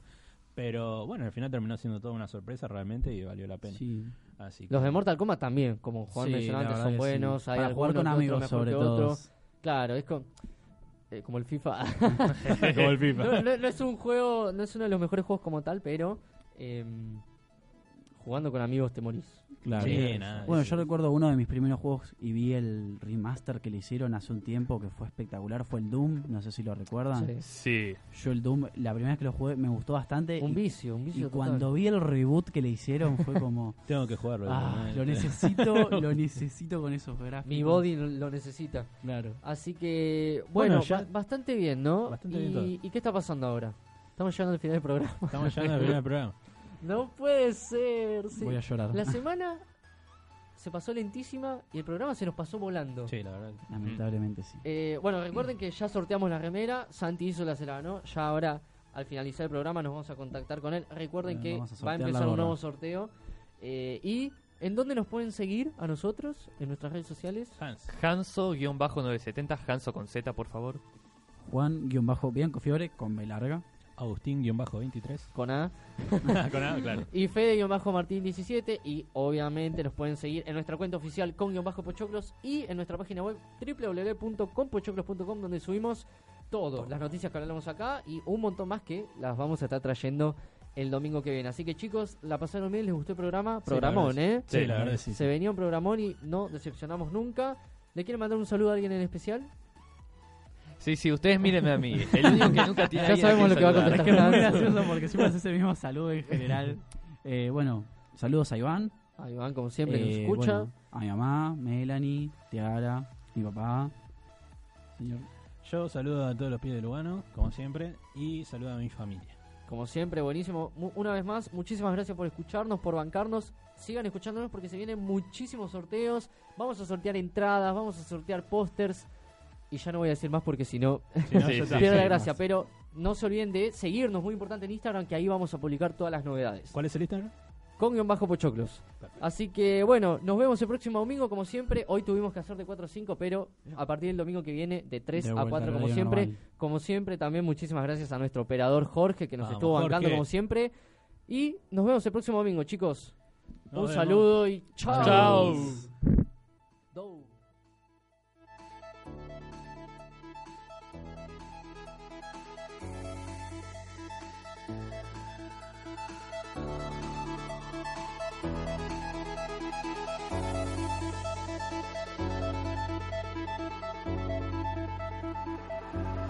Pero bueno, al final terminó siendo toda una sorpresa realmente y valió la pena.
Sí.
Así que-
Los de Mortal Kombat también, como Juan
Sí,
mencionó
la
antes,
verdad
son
que sí.
buenos. Hay
Para
alguno
jugar con
que otro
amigos,
mejor
sobre
que
todo.
otro. Claro, es con- eh, como el FIFA.
como el FIFA.
no, no- no es un juego, no es uno de los mejores juegos como tal, pero em, jugando con amigos te morís.
Claro.
Sí,
Sí, nada,
Bueno,
sí.
yo recuerdo uno de mis primeros juegos y vi el remaster que le hicieron hace un tiempo que fue espectacular, fue el Doom, no sé si lo recuerdan.
Sí.
Sí.
Yo el Doom, la primera vez que lo jugué me gustó bastante
Un
y,
vicio, un
y
vicio. total.
cuando vi el reboot que le hicieron fue como,
Tengo que jugarlo.
ah,
realmente.
lo necesito, lo necesito con esos gráficos.
mi body lo- lo necesita.
Claro.
Así que, bueno,
Bueno, ya-
ba- bastante bien, ¿no?
Bastante
y,
bien todo.
¿Y qué está pasando ahora? Estamos llegando al final del programa.
Estamos ya en el primer programa.
No puede ser. sí.
Voy a llorar.
La semana se pasó lentísima y el programa se nos pasó volando.
Sí, la verdad.
Lamentablemente sí.
Eh, bueno, recuerden que ya sorteamos la remera, Santi hizo la se la ganó, ya ahora al finalizar el programa nos vamos a contactar con él. Recuerden
Bueno,
que
vamos a
va a
sortear la
empezar un
gorra.
nuevo sorteo. Eh, ¿Y en dónde nos pueden seguir a nosotros? En nuestras redes sociales.
Hans.
Hanso-970, Hanso con Z, por favor.
Juan-Bianco Fiore con B larga.
Agustín-23.
Con A.
Con A, claro.
Y Fede-Martín17. Y obviamente nos pueden seguir en nuestra cuenta oficial con guión bajo Pochoclos y en nuestra página web www.conpochoclos.com donde subimos todo, las noticias que hablamos acá y un montón más que las vamos a estar trayendo el domingo que viene. Así que chicos, la pasaron bien, les gustó el programa. Programón,
la
¿eh?
Sí, la verdad que sí.
Se venía un programón y no decepcionamos nunca. ¿Le quieren mandar un saludo a alguien en especial?
Sí, sí, ustedes mírenme a mí. El único que nunca tiene
Ya
alguien a
sabemos
quien
lo que va a
saludar.
contestar.
Es que es muy gracioso porque siempre hace ese mismo saludo en general. Eh, bueno, saludos a Iván.
A Iván, como siempre, que nos
Eh,
escucha.
bueno, a mi mamá, Melanie, Tiara, mi papá. Señor.
Yo saludo a todos los pies de Lugano, como siempre, y saludo a mi familia.
Como siempre, buenísimo. Mu- Una vez más, muchísimas gracias por escucharnos, por bancarnos. Sigan escuchándonos porque se vienen muchísimos sorteos. Vamos a sortear entradas, vamos a sortear pósters. Y ya no voy a decir más porque si no,
Si no,
Sí,
yo
sí,
te-
pierdo la
sí,
gracia.
más.
Pero no se olviden de seguirnos, muy importante en Instagram, que ahí vamos a publicar todas las novedades.
¿Cuál es el Instagram?
Con guión bajo pochoclos. Así que bueno, nos vemos el próximo domingo, como siempre. Hoy tuvimos que hacer de 4 a 5, pero a partir del domingo que viene, de 3
De
a
vuelta
4,
al
como
horario
siempre.
normal.
Como siempre, también muchísimas gracias a nuestro operador Jorge que nos
Vamos,
estuvo bancando
Jorge.
como siempre. Y nos vemos el próximo domingo, chicos.
Nos
Un
vemos.
saludo y chao.
Chao.